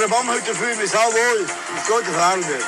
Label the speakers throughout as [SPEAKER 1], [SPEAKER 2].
[SPEAKER 1] der Baum heute früh, mir sauwohl. Ich Gott gefahren wird.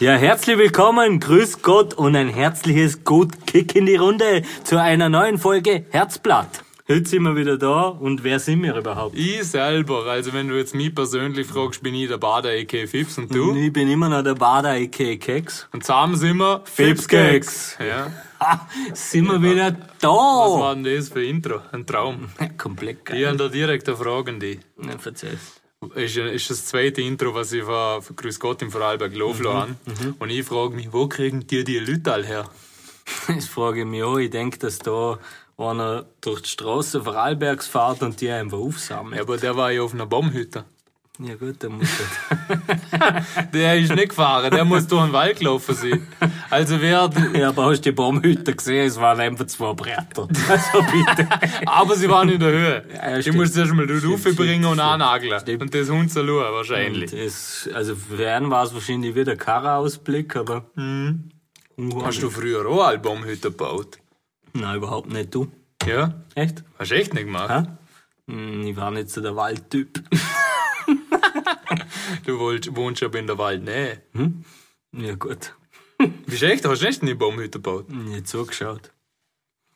[SPEAKER 2] Ja, herzlich willkommen, grüß Gott und ein herzliches Gut Kick in die Runde zu einer neuen Folge Herzblatt. Heute sind wir wieder da und wer sind wir überhaupt?
[SPEAKER 3] Ich selber, also wenn du jetzt mich persönlich fragst, bin ich der Bader EK Fips und du?
[SPEAKER 2] Und ich bin immer noch der Bader EK Keks.
[SPEAKER 3] Und zusammen sind wir Fipskeks. Ja.
[SPEAKER 2] Ha, sind wir wieder
[SPEAKER 3] Was
[SPEAKER 2] da?
[SPEAKER 3] war denn das für Intro? Ein Traum.
[SPEAKER 2] Komplett
[SPEAKER 3] Ich
[SPEAKER 2] geil.
[SPEAKER 3] habe da direkt eine Frage an dich.
[SPEAKER 2] Nein, verzeih's.
[SPEAKER 3] Ist, ist das zweite Intro, was ich von, von Grüß Gott im Vorarlberg laufen mhm. Und ich frage mich, wo kriegen die die Leute all her?
[SPEAKER 2] Das frage ich mich auch. Ich denke, dass da einer durch die Straße Vorarlbergs fährt und die einfach
[SPEAKER 3] Ja,
[SPEAKER 2] aufsammelt.
[SPEAKER 3] aber der war ja auf einer Baumhütte.
[SPEAKER 2] Ja gut, dann muss das.
[SPEAKER 3] Der ist nicht gefahren, der muss durch den Wald gelaufen sein. Also wer...
[SPEAKER 2] Ja, aber hast du die Baumhütte gesehen? Es waren einfach zwei Bretter. Also bitte.
[SPEAKER 3] Aber sie waren in der Höhe.
[SPEAKER 2] Ja, ja,
[SPEAKER 3] ich
[SPEAKER 2] stimmt.
[SPEAKER 3] muss zuerst mal dort raufbringen und
[SPEAKER 2] stimmt,
[SPEAKER 3] annageln.
[SPEAKER 2] stimmt.
[SPEAKER 3] Und das Hund zur Ruhe wahrscheinlich.
[SPEAKER 2] Das, also für einen war es wahrscheinlich wieder Kara-Ausblick, aber...
[SPEAKER 3] Mhm.
[SPEAKER 2] Hm,
[SPEAKER 3] Hast du früher auch eine Baumhütte gebaut?
[SPEAKER 2] Nein, überhaupt nicht du.
[SPEAKER 3] Ja?
[SPEAKER 2] Echt?
[SPEAKER 3] Hast du echt nicht gemacht?
[SPEAKER 2] Hä? Hm, Ich war nicht so der Waldtyp.
[SPEAKER 3] Du wolltest, wohnst aber in der Wald, ne?
[SPEAKER 2] Ja gut,
[SPEAKER 3] Bist du echt? Hast du echt eine Baumhütte gebaut?
[SPEAKER 2] nicht zugeschaut.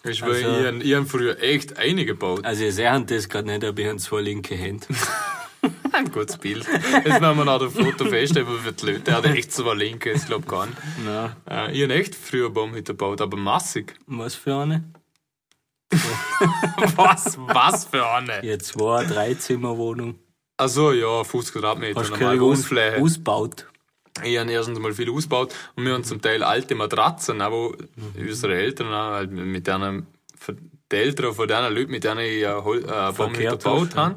[SPEAKER 3] Ich,
[SPEAKER 2] Also-
[SPEAKER 3] also, ich, hab- ich habe früher echt eine gebaut.
[SPEAKER 2] Also ihr seht das gerade nicht, aber ich habe zwei linke Hände.
[SPEAKER 3] Ein gutes Bild. Jetzt machen wir noch ein Foto fest, aber für die Leute, der hat echt zwei Linke, ich glaube gar nicht.
[SPEAKER 2] Nein.
[SPEAKER 3] Äh, ich habe echt früher eine Baumhütte gebaut, aber massig.
[SPEAKER 2] Was für eine?
[SPEAKER 3] Was? Was für eine?
[SPEAKER 2] Ich habe zwei, drei Zimmer Wohnung.
[SPEAKER 3] Also ja, 50 Quadratmeter,
[SPEAKER 2] Hast du
[SPEAKER 3] normale
[SPEAKER 2] keine aus,
[SPEAKER 3] Wohnfläche.
[SPEAKER 2] ausgebaut?
[SPEAKER 3] Ich habe erstens mal viel ausgebaut und wir haben zum Teil alte Matratzen, auch wo unsere Eltern auch halt mit denen, die Eltern von denen Leuten, mit denen ich äh, Hol- äh, Baumhütte
[SPEAKER 2] Verkehrt
[SPEAKER 3] gebaut
[SPEAKER 2] hast,
[SPEAKER 3] habe,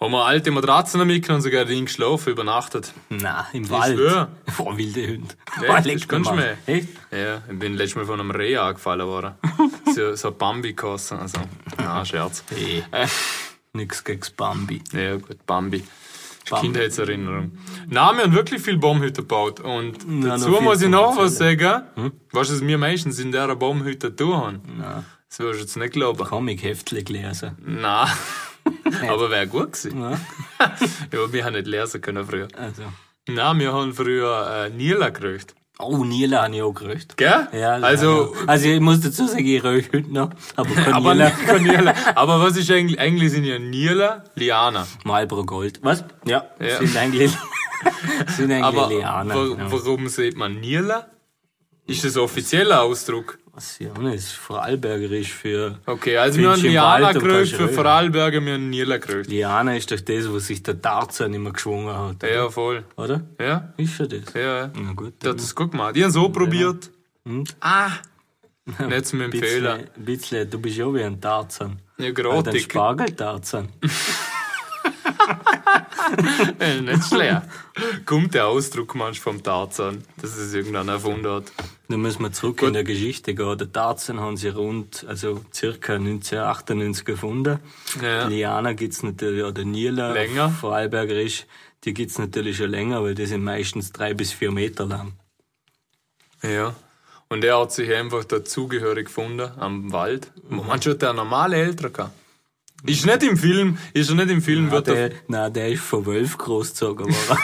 [SPEAKER 3] haben wir alte Matratzen mitgenommen und sogar drin geschlafen, übernachtet.
[SPEAKER 2] Nein, im Wald.
[SPEAKER 3] schwör.
[SPEAKER 2] Boah, wilde Hunde.
[SPEAKER 3] das kannst du mir.
[SPEAKER 2] Echt?
[SPEAKER 3] Ja, ich bin letztes Mal von einem Reh angefallen worden. so, so ein Bambi kosten, also, na, Scherz.
[SPEAKER 2] Nee. Nix gegen das Bambi.
[SPEAKER 3] Ja, gut, Bambi. Das ist
[SPEAKER 2] Bambi.
[SPEAKER 3] Kindheitserinnerung. Nein, wir haben wirklich viel Baumhütte gebaut. Und
[SPEAKER 2] Na,
[SPEAKER 3] dazu
[SPEAKER 2] noch viel Hm?
[SPEAKER 3] muss ich
[SPEAKER 2] zu
[SPEAKER 3] noch was sagen. Weißt du, was wir meistens in dieser Baumhütte tun haben?
[SPEAKER 2] Nein.
[SPEAKER 3] Das wirst du jetzt nicht glauben.
[SPEAKER 2] Comic-Heftchen lesen.
[SPEAKER 3] Nein. Aber wäre gut gewesen.
[SPEAKER 2] Ja.
[SPEAKER 3] Ja, wir haben nicht lesen können früher.
[SPEAKER 2] Also.
[SPEAKER 3] Nein, wir haben früher äh, Nierla geröcht.
[SPEAKER 2] Oh, Nila habe ich auch geröcht.
[SPEAKER 3] Gell?
[SPEAKER 2] Ja, das
[SPEAKER 3] also,
[SPEAKER 2] hab ich auch. also ich muss dazu sagen, ich röche heute noch. Aber kann
[SPEAKER 3] aber
[SPEAKER 2] Nila.
[SPEAKER 3] nicht von Nierla. Aber was ist eigentlich, eigentlich sind ja Nierla Liana.
[SPEAKER 2] Marlboro Gold. Was? Ja,
[SPEAKER 3] Ja.
[SPEAKER 2] sind eigentlich, sind eigentlich
[SPEAKER 3] Aber
[SPEAKER 2] Lianen. genau.
[SPEAKER 3] wa-
[SPEAKER 2] Ja.
[SPEAKER 3] warum sieht man Nierla? Ist das ein offizieller Ausdruck?
[SPEAKER 2] Was ja, das ist vorarlbergerisch für...
[SPEAKER 3] Okay, also wir haben
[SPEAKER 2] Findest du im
[SPEAKER 3] Liana
[SPEAKER 2] Wald und
[SPEAKER 3] geröcht,
[SPEAKER 2] kannst
[SPEAKER 3] für
[SPEAKER 2] röhren.
[SPEAKER 3] Vorarlberger wir haben Nierla geröcht.
[SPEAKER 2] Liane ist doch das, was sich der Tarzan immer geschwungen hat,
[SPEAKER 3] Ja, voll.
[SPEAKER 2] oder?
[SPEAKER 3] Ja,
[SPEAKER 2] Ist schon das?
[SPEAKER 3] ja.
[SPEAKER 2] Na gut,
[SPEAKER 3] Der hat das gut gemacht. Ich habe so probiert. Ah! Nicht zum Empfehlen.
[SPEAKER 2] Hm? bisschen, bisschen, du bist ja wie ein Tarzan.
[SPEAKER 3] Ja,
[SPEAKER 2] Halt ein
[SPEAKER 3] grottig.
[SPEAKER 2] Spargel-Tarzan.
[SPEAKER 3] Äh, Nicht schlecht. Kommt der Ausdruck manchmal vom Tarzan, dass es irgendwann erfunden hat.
[SPEAKER 2] Da müssen wir zurück in der Geschichte gehen. Der Tarzan haben sie rund, also circa 1998 gefunden.
[SPEAKER 3] Ja.
[SPEAKER 2] Liana gibt's natürlich, oder Nierla,
[SPEAKER 3] Länger.
[SPEAKER 2] Vorarlbergerisch, die gibt's natürlich schon länger, weil die sind meistens drei bis vier Meter lang.
[SPEAKER 3] Ja. Und er hat sich einfach dazugehörig gefunden am Wald.
[SPEAKER 2] Mhm.
[SPEAKER 3] Man schon der normale Ältere kann. Ist nicht im Film, ist er nicht im Film, wird er.
[SPEAKER 2] Ah, Der, nein, der ist von Wölf großgezogen worden.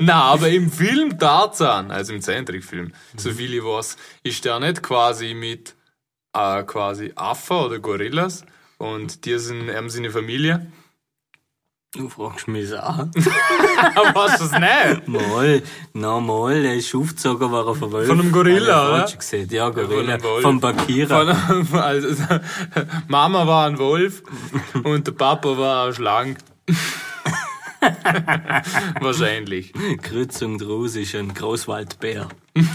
[SPEAKER 3] Na, aber im Film Tarzan, also im Zentric-Film,
[SPEAKER 2] Mhm.
[SPEAKER 3] so viel ich weiß, ist der nicht quasi mit äh, quasi Affen oder Gorillas und die sind haben seine Familie.
[SPEAKER 2] du fragst mich das auch.
[SPEAKER 3] Aber weißt du Ah, das nicht?
[SPEAKER 2] Mal, nochmal, der ist aufgezogen worden von Wölf.
[SPEAKER 3] Von einem Gorilla,
[SPEAKER 2] Ah, ich
[SPEAKER 3] oder?
[SPEAKER 2] hab's schon Gesehen. Ja, Gorilla.
[SPEAKER 3] einem Wolf.
[SPEAKER 2] Vom Bakira.
[SPEAKER 3] Von- Also, Mama war ein Wolf und der Papa war ein Schlang. Wahrscheinlich.
[SPEAKER 2] Kreuzung draus ist ein Großwaldbär.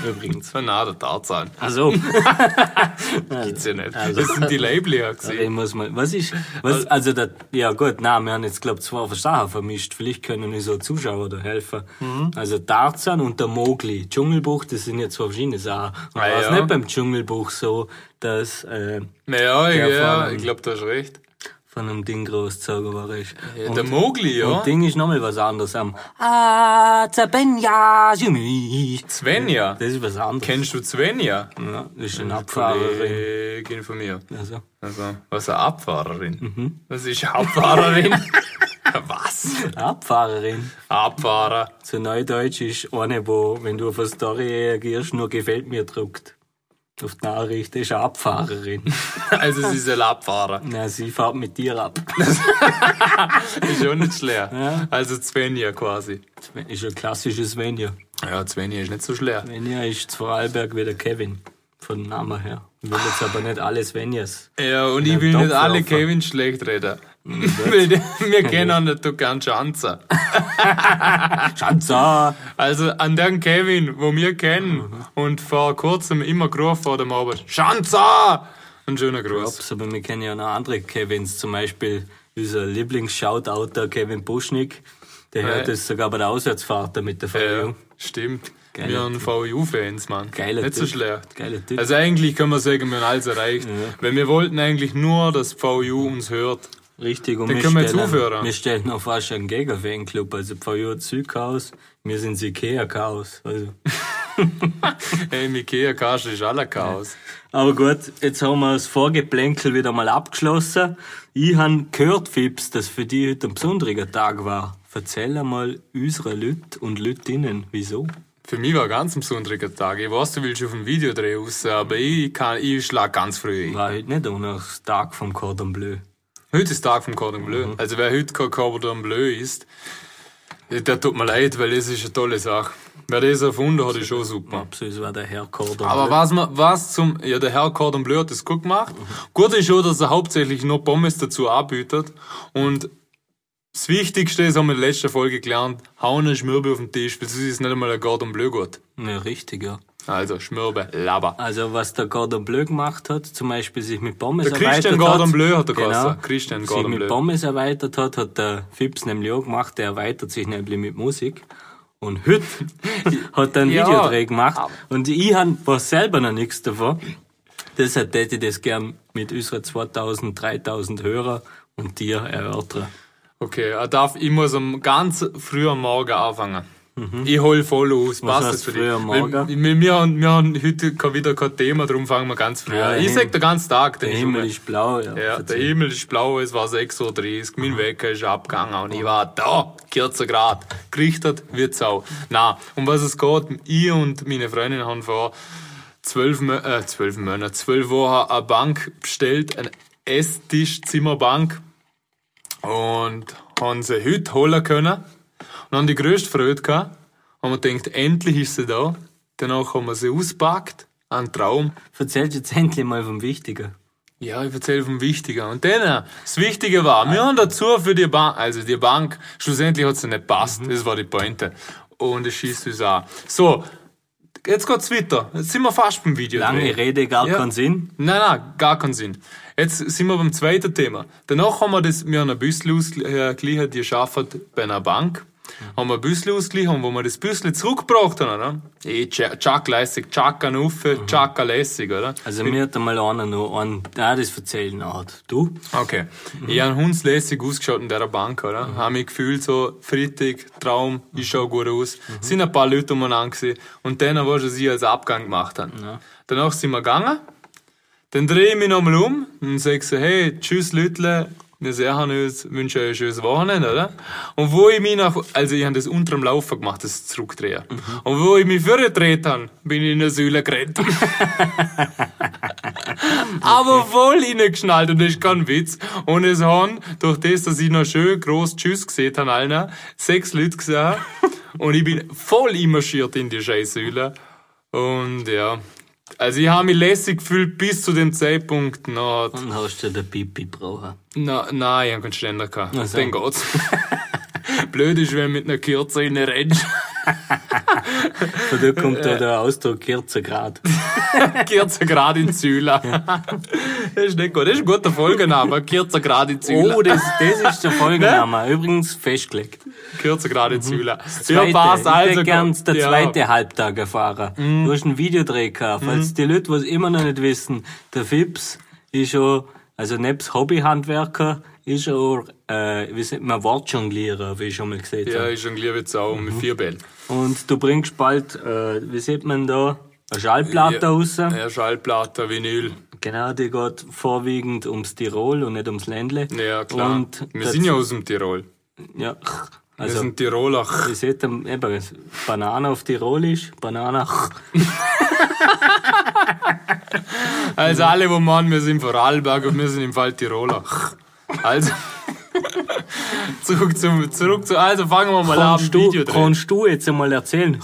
[SPEAKER 2] Übrigens.
[SPEAKER 3] Na, der Tarzan.
[SPEAKER 2] Also,
[SPEAKER 3] Gibt's ja nicht. Das sind die Leibler gesehen.
[SPEAKER 2] ich muss mal, was ist, was, also, der, ja gut, nein, wir haben jetzt, glaub zwei Sachen vermischt. Vielleicht können uns so Zuschauer da helfen.
[SPEAKER 3] Mhm.
[SPEAKER 2] Also, Tarzan und der Mowgli. Dschungelbuch, das sind ja zwei verschiedene Sachen. Und
[SPEAKER 3] Ah,
[SPEAKER 2] war es
[SPEAKER 3] ja.
[SPEAKER 2] nicht beim Dschungelbuch so, dass, äh,
[SPEAKER 3] Naja,
[SPEAKER 2] Der
[SPEAKER 3] ja,
[SPEAKER 2] von-
[SPEAKER 3] ich glaube, du hast recht.
[SPEAKER 2] von einem Ding großgezogen worden ist.
[SPEAKER 3] Ja, der Mowgli, ja.
[SPEAKER 2] Und Ding ist nochmal was anderes. Am Ah, Zabenja, Jumi.
[SPEAKER 3] Svenja.
[SPEAKER 2] Das ist was anderes.
[SPEAKER 3] Kennst du Svenja?
[SPEAKER 2] ja, das ist eine
[SPEAKER 3] Hm,
[SPEAKER 2] Abfahrerin.
[SPEAKER 3] Kollegin von mir.
[SPEAKER 2] Also,
[SPEAKER 3] Also, was eine Abfahrerin? Was ist eine Abfahrerin? was?
[SPEAKER 2] eine Abfahrerin.
[SPEAKER 3] Abfahrer.
[SPEAKER 2] Zu Neudeutsch ist eine, wo, wenn du auf eine Story reagierst, nur gefällt mir drückt. Auf die Nachricht ist eine Abfahrerin.
[SPEAKER 3] Also, sie ist ein Abfahrer.
[SPEAKER 2] Na, sie fährt mit dir ab.
[SPEAKER 3] Ist schon nicht schwer. Also, Svenja quasi.
[SPEAKER 2] Ist ein klassisches Svenja.
[SPEAKER 3] Ja, Svenja ist nicht so schwer.
[SPEAKER 2] Svenja ist Vorarlberg wie der Kevin. Von Namen her. Ich will jetzt aber nicht alle Svenjas.
[SPEAKER 3] Ja, und ich
[SPEAKER 2] einem
[SPEAKER 3] will nicht
[SPEAKER 2] Topf
[SPEAKER 3] alle
[SPEAKER 2] laufen.
[SPEAKER 3] Kevin schlecht reden. Weil Wir kennen nicht du ganz Schanzer.
[SPEAKER 2] Schanzer!
[SPEAKER 3] Also an den Kevin, wo wir kennen und vor kurzem immer gerufen vor dem Arbeit. Schanzer! Ein schöner Gruß.
[SPEAKER 2] Jobs, aber wir Also kennen ja noch andere Kevins, zum Beispiel unser Lieblings-Shoutout, der Kevin Buschnick. Der hört
[SPEAKER 3] Hey.
[SPEAKER 2] es sogar bei der Auswärtsfahrt mit der
[SPEAKER 3] Ja,
[SPEAKER 2] Verleihung.
[SPEAKER 3] stimmt.
[SPEAKER 2] Geiler
[SPEAKER 3] wir sind VU-Fans, Mann.
[SPEAKER 2] Geiler
[SPEAKER 3] Nicht so
[SPEAKER 2] Typ.
[SPEAKER 3] schlecht.
[SPEAKER 2] Geiler Typ.
[SPEAKER 3] Also eigentlich kann man sagen, wir haben alles erreicht. Weil wir wollten eigentlich nur, dass VU uns hört.
[SPEAKER 2] Richtig, und
[SPEAKER 3] Den können wir jetzt
[SPEAKER 2] stellen,
[SPEAKER 3] aufhören.
[SPEAKER 2] wir stellen auch fast einen Gegen-Fanclub. Also VJ Südchaos, wir sind das Ikea-Chaos. Also.
[SPEAKER 3] Hey, im Ikea-Kasche ist aller Chaos.
[SPEAKER 2] Aber gut, jetzt haben wir das Vorgeplänkel wieder mal abgeschlossen. Ich habe gehört, Fips, dass für dich heute ein besonderer Tag war. Erzähl einmal unseren Leuten und Leutinnen, wieso?
[SPEAKER 3] Für mich war ein ganz ein besonderer Tag. Ich weiß, du willst auf ein Videodreh raus, aber ich, kann, ich schlag ganz früh ein.
[SPEAKER 2] War heute nicht auch noch das Tag vom Cordon Bleu.
[SPEAKER 3] Heute ist Tag vom Cordon Bleu.
[SPEAKER 2] Mhm.
[SPEAKER 3] Also wer heute kein Cordon Bleu isst, der tut mir leid, weil es ist eine tolle Sache. Wer das erfunden hat, ist schon super.
[SPEAKER 2] Absolut war der Herr Cordon
[SPEAKER 3] Aber
[SPEAKER 2] Bleu.
[SPEAKER 3] was, ma- was zum, ja, der Herr Cordon Bleu hat das gut gemacht. Gut ist schon, dass er hauptsächlich nur Pommes dazu anbietet. Und das Wichtigste, das haben wir in der letzten Folge gelernt, hauen eine Schmürbe auf den Tisch, weil sonst ist nicht einmal ein Cordon Bleu gut.
[SPEAKER 2] Ja, richtig, ja.
[SPEAKER 3] Also, Schmürbe, Laber.
[SPEAKER 2] Also was der Gordon Bleu gemacht hat, zum Beispiel sich mit Pommes
[SPEAKER 3] Der Christian
[SPEAKER 2] erweitert
[SPEAKER 3] Gordon
[SPEAKER 2] hat. genau,
[SPEAKER 3] Bleu hat er geheißen. Christian
[SPEAKER 2] sich
[SPEAKER 3] Gordon
[SPEAKER 2] mit
[SPEAKER 3] Bleu.
[SPEAKER 2] Pommes erweitert hat, hat der Fips nämlich auch gemacht, der erweitert sich nämlich mit Musik. Und heute hat er einen
[SPEAKER 3] Ja.
[SPEAKER 2] Videodreh gemacht. Und ich hab was selber noch nichts davon. Deshalb hätte ich das gern mit unseren 2000, 3000 Hörer und dir erörtern.
[SPEAKER 3] Okay, er darf, ich muss am ganz früh am Morgen anfangen. Ich hol voll aus, passt
[SPEAKER 2] Mhm. heißt
[SPEAKER 3] das für dich?
[SPEAKER 2] früh am Morgen?
[SPEAKER 3] Weil- weil Wir, haben- wir haben heute kein- wieder kein Thema, darum fangen wir ganz früh
[SPEAKER 2] Ja,
[SPEAKER 3] an.
[SPEAKER 2] der
[SPEAKER 3] Ich
[SPEAKER 2] Himmel-
[SPEAKER 3] sag den ganzen Tag, den
[SPEAKER 2] Der
[SPEAKER 3] ich
[SPEAKER 2] Himmel
[SPEAKER 3] um-
[SPEAKER 2] ist blau, ja.
[SPEAKER 3] Ja, der
[SPEAKER 2] Verzeih.
[SPEAKER 3] Himmel ist blau, es war 6.30 Uhr, mein Wecker ist abgegangen und ich war da, 14 Grad, gerichtet wird Sau. Na, um was es geht, ich und meine Freundin haben vor zwölf, Mo äh, zwölf Monaten, zwölf Wochen eine Bank bestellt, eine Esstischzimmerbank und haben sie heute holen können und haben die größte Freude gehabt. Haben wir gedacht, endlich ist sie da. Danach haben wir sie auspackt, ein Traum.
[SPEAKER 2] Erzähl jetzt endlich mal vom Wichtigen.
[SPEAKER 3] Ja, ich erzähle vom Wichtigen. Und dann, äh, das Wichtige war, wir haben dazu für die Bank, also die Bank, schlussendlich hat's ja nicht passt. Das war die Pointe. Und es schießt uns an. So, jetzt geht's weiter. Jetzt sind wir fast beim Video.
[SPEAKER 2] Lange Rede, gar
[SPEAKER 3] Ja.
[SPEAKER 2] keinen Sinn.
[SPEAKER 3] Nein, nein, gar keinen Sinn. Jetzt sind wir beim zweiten Thema. Danach haben wir das, wir haben ein Büssel ausgeliehen, die arbeitet bei einer Bank. Haben wir ein Büssel ausgeliehen, und wo wir das Büssel zurückgebracht haben, oder? Eh, tscha- tschack lässig, tschack an Uff, tschack an lässig, oder?
[SPEAKER 2] Also mir hat einmal einer noch einen, ah, das erzählen hat. Du?
[SPEAKER 3] Okay. Ich habe hundslässig ausgeschaut in dieser Bank, oder? Habe mich gefühlt so frittig, Traum, ich schau gut aus. Sind ein paar Leute umeinander gewesen. Und dann war schon sie als Abgang gemacht haben. Danach sind wir gegangen. Dann drehe ich mich nochmal um und sage so, hey, tschüss Leute, wir sehen uns, wünsche euch ein schönes Wochenende, oder? Und wo ich mich nach, also ich habe das unter dem Laufen gemacht, das Zurückdrehen. Und wo ich mich vorgedreht habe, bin ich in eine Säule gerannt. aber voll reingeschnallt und das ist kein Witz. Und es haben, durch das, dass ich noch schön groß Tschüss gesehen habe, allen, sechs Leute gesehen. und ich bin voll immerschiert in die Scheißhöhle. Und ja. Also ich habe mich lässig gefühlt bis zu dem Zeitpunkt. Na,
[SPEAKER 2] Dann hast du den Pipi brauchen.
[SPEAKER 3] na, nein, ich habe keinen Ständer gehabt.
[SPEAKER 2] Ach so.
[SPEAKER 3] Dann geht's. Blöd ist, wenn du mit einer Kürze in der Range
[SPEAKER 2] Von da kommt da der Ausdruck 14 Grad.
[SPEAKER 3] Kürze gerade in Züla. das ist nicht gut. Das ist ein guter Folgename. Kürze gerade in Züla.
[SPEAKER 2] Oh, das, das ist der Folgenname. Übrigens festgelegt.
[SPEAKER 3] Kürzer gerade in Züla.
[SPEAKER 2] Mhm. Zweite,
[SPEAKER 3] Ne? Ja, passt
[SPEAKER 2] ich
[SPEAKER 3] also.
[SPEAKER 2] hätte gern der
[SPEAKER 3] ja. Mhm.
[SPEAKER 2] zweite Halbtag erfahren. Du hast einen Videodreh gehabt. Falls die Leute was immer noch nicht wissen, der Fips ist schon Also nebst Hobbyhandwerker ist er, äh, wie sagt man, Wortjonglierer, wie ich schon mal gesagt
[SPEAKER 3] Ja,
[SPEAKER 2] habe.
[SPEAKER 3] ich jongliere jetzt auch
[SPEAKER 2] Mhm.
[SPEAKER 3] mit vier Bällen.
[SPEAKER 2] Und du bringst bald, äh, wie sieht man da, eine Schallplatte raus.
[SPEAKER 3] Ja, Schallplatte, Vinyl.
[SPEAKER 2] Genau, die geht vorwiegend ums Tirol und nicht ums Ländle.
[SPEAKER 3] Ja, klar.
[SPEAKER 2] Und
[SPEAKER 3] wir sind ja aus dem Tirol.
[SPEAKER 2] ja,
[SPEAKER 3] Wir
[SPEAKER 2] also,
[SPEAKER 3] sind Tiroler.
[SPEAKER 2] wie sieht man, eben, es- Banane auf Tirolisch, Banane,
[SPEAKER 3] Also alle, wo meinen, wir sind Vorarlberg und wir sind im Fall Tiroler. Also, zurück zum, zurück zu, also fangen wir mal an,
[SPEAKER 2] kannst du,
[SPEAKER 3] Video drehen.
[SPEAKER 2] kannst du jetzt einmal erzählen?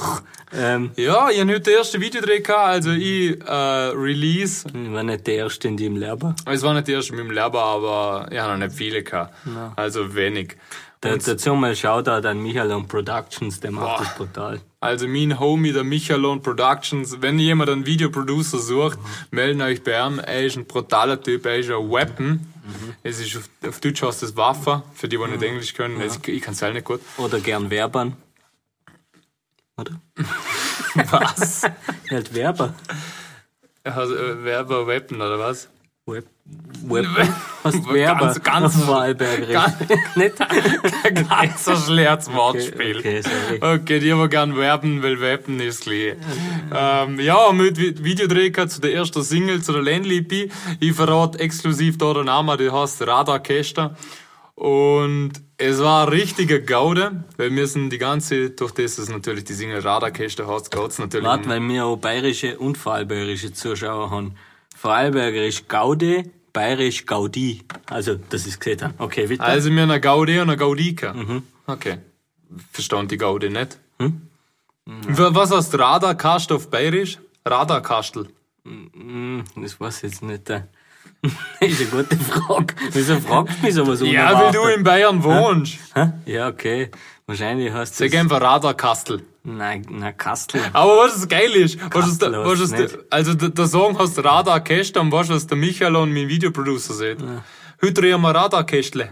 [SPEAKER 2] Ähm,
[SPEAKER 3] Ja, ich habe heute den ersten Videodreh gehabt, also ich, äh, Release.
[SPEAKER 2] ich war nicht der Erste in deinem Leben.
[SPEAKER 3] Es war nicht der erste mit dem Lehrer, aber ich habe noch nicht viele gehabt. Also wenig.
[SPEAKER 2] Da, dazu mal Shoutout an Michael und Productions, der macht das brutal.
[SPEAKER 3] Also mein Homie, der Michalon Productions. Wenn jemand einen Videoproducer sucht, melden euch bei ihm. Er ist ein brutaler Typ, er ist ein Weapon. Es ist auf, auf Deutsch heißt das Waffe, für die, die nicht Englisch können. Also ich, ich kann es halt nicht gut.
[SPEAKER 2] Oder gern Werbern. Oder?
[SPEAKER 3] Was?
[SPEAKER 2] Halt Werber.
[SPEAKER 3] also, äh, Werber Weapon oder was?
[SPEAKER 2] Web, Web, was Werber?
[SPEAKER 3] Ganz- ganz-
[SPEAKER 2] auf Vorarlberg
[SPEAKER 3] ganz-
[SPEAKER 2] richtig. Nicht?
[SPEAKER 3] Ganz so schweres Wortspiel.
[SPEAKER 2] Okay, okay, sorry.
[SPEAKER 3] Okay, die aber gern werben, weil werben ist gleich. Ähm, ja, mit Vi- Videodreh gehabt zu der ersten Single, zu der Landlippe. Ich verrate exklusiv da den Namen, die heißt Radarkester. Und es war ein richtiger Gaude, weil wir sind die ganze, durch das es natürlich die Single Radarkester heißt, geht's natürlich.
[SPEAKER 2] Warte, weil wir auch bayerische und vorarlbergerische Zuschauer haben. Vorarlberger ist Gaude, bayerisch Gaudi. Also, das ist gesehen. haben. Okay, bitte.
[SPEAKER 3] Also wir haben eine Gaude und eine Gaudika. Okay. Verstand die Gaude nicht. Wa- Was heißt Radarkast auf Bayerisch? Radarkastel.
[SPEAKER 2] das weiß ich jetzt nicht. äh. Das ist eine gute Frage. Wieso fragst du mich sowas
[SPEAKER 3] Ja, weil du in Bayern wohnst.
[SPEAKER 2] du Ja, okay. Wahrscheinlich heißt
[SPEAKER 3] Sag
[SPEAKER 2] es...
[SPEAKER 3] einfach Radarkastel.
[SPEAKER 2] Nein, nein, Kastel.
[SPEAKER 3] Aber was das geil ist, was ist
[SPEAKER 2] Kastel
[SPEAKER 3] der, was ist der,
[SPEAKER 2] heißt's
[SPEAKER 3] also der, der Song heißt Radarkästle und weißt du, was der Michael und mein Videoproducer sieht? Heute drehen wir Radarkästle.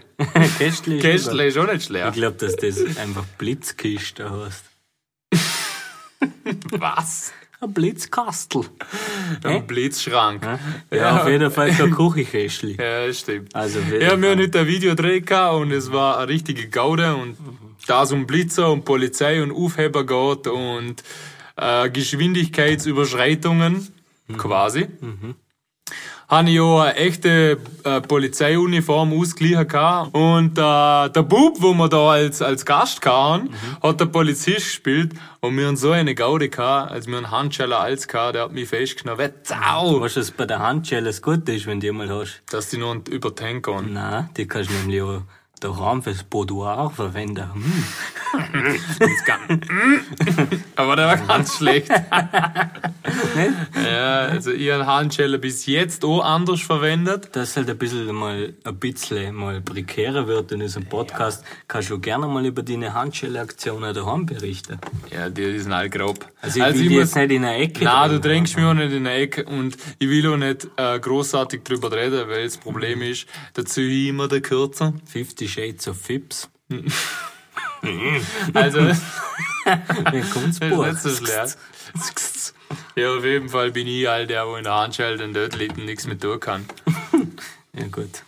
[SPEAKER 2] Kästle ist
[SPEAKER 3] Kästle
[SPEAKER 2] über-
[SPEAKER 3] ist auch nicht
[SPEAKER 2] Ich
[SPEAKER 3] schlecht.
[SPEAKER 2] glaube, dass das einfach Blitzkiste heißt.
[SPEAKER 3] Was?
[SPEAKER 2] Ein Blitzkastel.
[SPEAKER 3] Ein Blitzschrank.
[SPEAKER 2] Ja, auf jeden Fall kein Kuchenkästli.
[SPEAKER 3] Ja, stimmt.
[SPEAKER 2] Also,
[SPEAKER 3] ja, wir haben heute ein Video gedreht gehabt und es war eine richtige Gaude und da es um Blitzer und Polizei und Aufheber geht und äh, Geschwindigkeitsüberschreitungen quasi, habe ich auch eine echte äh, Polizeiuniform ausgeliehen gehabt. und äh, der Bub, wo wir da als, als Gast kamen, hat der Polizist gespielt und wir haben so eine Gaude gehabt, als wir einen Handscheller als gehabt, der hat mich festgenommen, zau,
[SPEAKER 2] Weißt du, was bei der Handschelle das Gute ist, wenn du die mal hast?
[SPEAKER 3] dass die noch übertanken.
[SPEAKER 2] Nein, die kannst du nämlich auch daheim fürs Boudoir verwenden. Hm.
[SPEAKER 3] Aber der war ganz schlecht. ja, also ich habe Handschellen bis jetzt auch anders verwendet.
[SPEAKER 2] Dass halt ein bisschen mal, ein bisschen mal prekärer wird in diesem Podcast, kannst du gerne mal über deine Handschellaktionen daheim berichten.
[SPEAKER 3] Ja, die sind alle grob.
[SPEAKER 2] Also ich will die jetzt nicht in der Ecke.
[SPEAKER 3] Nein, du
[SPEAKER 2] drängen.
[SPEAKER 3] drängst mich auch nicht in die Ecke und ich will auch nicht äh, großartig drüber reden, weil das Problem ist, da ziehe ich immer den Kürzer.
[SPEAKER 2] Fifty Shades of Fips.
[SPEAKER 3] Also, das
[SPEAKER 2] Wer kommt's
[SPEAKER 3] ist nicht so schlecht. Ja, auf jeden Fall bin ich all der, wo in der Handschelle den dort liegt und nichts mehr tun kann.
[SPEAKER 2] Ja gut,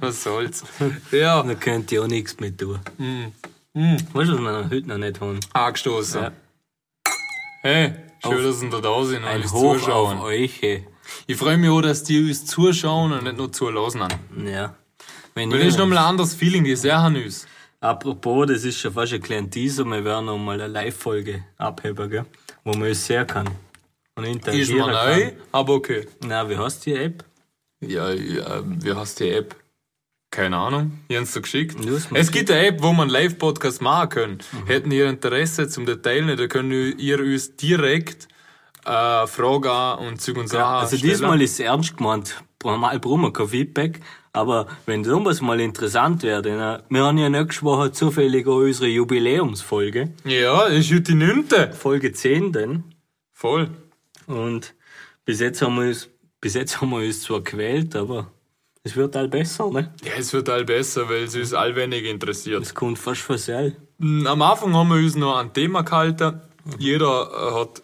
[SPEAKER 3] Was soll's. Ja,
[SPEAKER 2] da könnt ihr auch nichts mehr tun.
[SPEAKER 3] Mhm.
[SPEAKER 2] Weißt du, was wir noch heute noch nicht haben?
[SPEAKER 3] angestoßen.
[SPEAKER 2] Ja.
[SPEAKER 3] Hey,
[SPEAKER 2] Auf
[SPEAKER 3] schön, dass ihr da sind und
[SPEAKER 2] Ein
[SPEAKER 3] uns
[SPEAKER 2] Hoch
[SPEAKER 3] zuschauen.
[SPEAKER 2] auf euch. ey.
[SPEAKER 3] Ich freue mich auch, dass die uns zuschauen und nicht nur zulassen.
[SPEAKER 2] Ja. Wenn
[SPEAKER 3] Weil
[SPEAKER 2] ihr
[SPEAKER 3] das ist
[SPEAKER 2] uns-
[SPEAKER 3] nochmal ein anderes Feeling, die sehr haben uns.
[SPEAKER 2] Apropos, das ist schon fast ein kleiner Teaser, wir werden noch mal eine Live-Folge abheben, gell? wo man es sehen kann und
[SPEAKER 3] Ist
[SPEAKER 2] interagieren
[SPEAKER 3] mir neu,
[SPEAKER 2] kann.
[SPEAKER 3] aber okay.
[SPEAKER 2] Na, wie heißt die App?
[SPEAKER 3] Ja, ja, wie heißt die App? Keine Ahnung. Ich hab's dir geschickt.
[SPEAKER 2] Los, mach
[SPEAKER 3] Es gibt eine App, wo man Live-Podcast machen können.
[SPEAKER 2] Mhm.
[SPEAKER 3] Hätten ihr Interesse zum Detail nicht, dann könnt ihr uns direkt äh, Fragen an und Zeug und Sachen
[SPEAKER 2] also
[SPEAKER 3] stellen.
[SPEAKER 2] diesmal ist es ernst gemeint. Normal brauchen wir kein Feedback, aber wenn sowas mal interessant wäre, dann, äh, wir haben ja nächste Woche zufällig auch unsere Jubiläumsfolge,
[SPEAKER 3] Ja, ist heute die 9.
[SPEAKER 2] Folge 10 denn,
[SPEAKER 3] Voll.
[SPEAKER 2] und bis jetzt haben wir uns, bis jetzt haben wir uns zwar quält, aber es wird all besser, ne?
[SPEAKER 3] Ja, es wird all besser, weil es uns all wenig interessiert.
[SPEAKER 2] Es kommt fast von selber.
[SPEAKER 3] Hm, Am Anfang haben wir uns noch an Thema gehalten.
[SPEAKER 2] Mhm.
[SPEAKER 3] Jeder äh, hat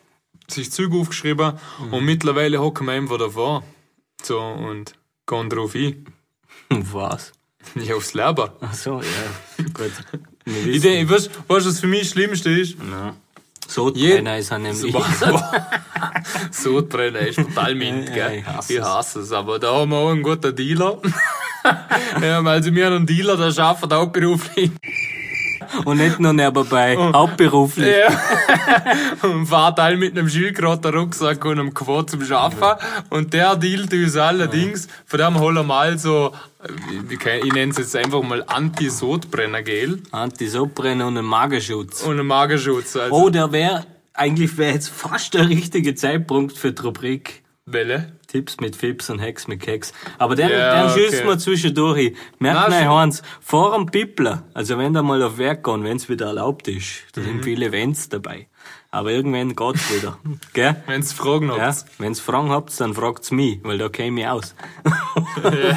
[SPEAKER 3] sich Züge aufgeschrieben und mittlerweile hocken wir einfach davor So, und gehen drauf ein.
[SPEAKER 2] Was?
[SPEAKER 3] Ja, aufs Leben.
[SPEAKER 2] Ach so, ja. Gut. Wir
[SPEAKER 3] Ich
[SPEAKER 2] wissen,
[SPEAKER 3] denke, ich weißt, weißt, du, was für mich das Schlimmste ist?
[SPEAKER 2] so
[SPEAKER 3] Je-
[SPEAKER 2] Trainer ist er nämlich.
[SPEAKER 3] so Trainer ist total mint,
[SPEAKER 2] Ja, ja,
[SPEAKER 3] gell?
[SPEAKER 2] ich hasse
[SPEAKER 3] Ich
[SPEAKER 2] es.
[SPEAKER 3] hasse es, aber da haben wir auch einen guten Dealer. ja, also wir haben einen Dealer, der arbeitet auch beruflich.
[SPEAKER 2] Und nicht nur nebenbei,
[SPEAKER 3] Oh.
[SPEAKER 2] hauptberuflich.
[SPEAKER 3] Und fahrt alle mit einem Schildkrater Rucksack und einem Quad zum Schaffen. Und der dealt uns allerdings, von dem holen wir mal so, äh, ich, ich nenne es jetzt einfach mal Anti-Sodbrenner-Gel
[SPEAKER 2] Antisobrenner und ein Magerschutz.
[SPEAKER 3] und einen Magenschutz. Also,
[SPEAKER 2] Oh, der wäre, eigentlich wäre jetzt fast der richtige Zeitpunkt für die Rubrik.
[SPEAKER 3] Welle.
[SPEAKER 2] Tipps mit Fips und Hacks mit Keks. Aber den,
[SPEAKER 3] Ja,
[SPEAKER 2] den
[SPEAKER 3] okay.
[SPEAKER 2] schiessen wir zwischendurch hin. Merkt
[SPEAKER 3] Na,
[SPEAKER 2] euch
[SPEAKER 3] schon.
[SPEAKER 2] eins, vor dem Pippler, also wenn da mal auf Werk gehen, wenn's wieder erlaubt ist, da
[SPEAKER 3] Mhm.
[SPEAKER 2] sind viele Wenns dabei. Aber irgendwann geht's wieder. Gell?
[SPEAKER 3] Wenn ihr Fragen habt.
[SPEAKER 2] Ja, wenn's Fragen habt, dann fragt's mich, weil da käme ich aus.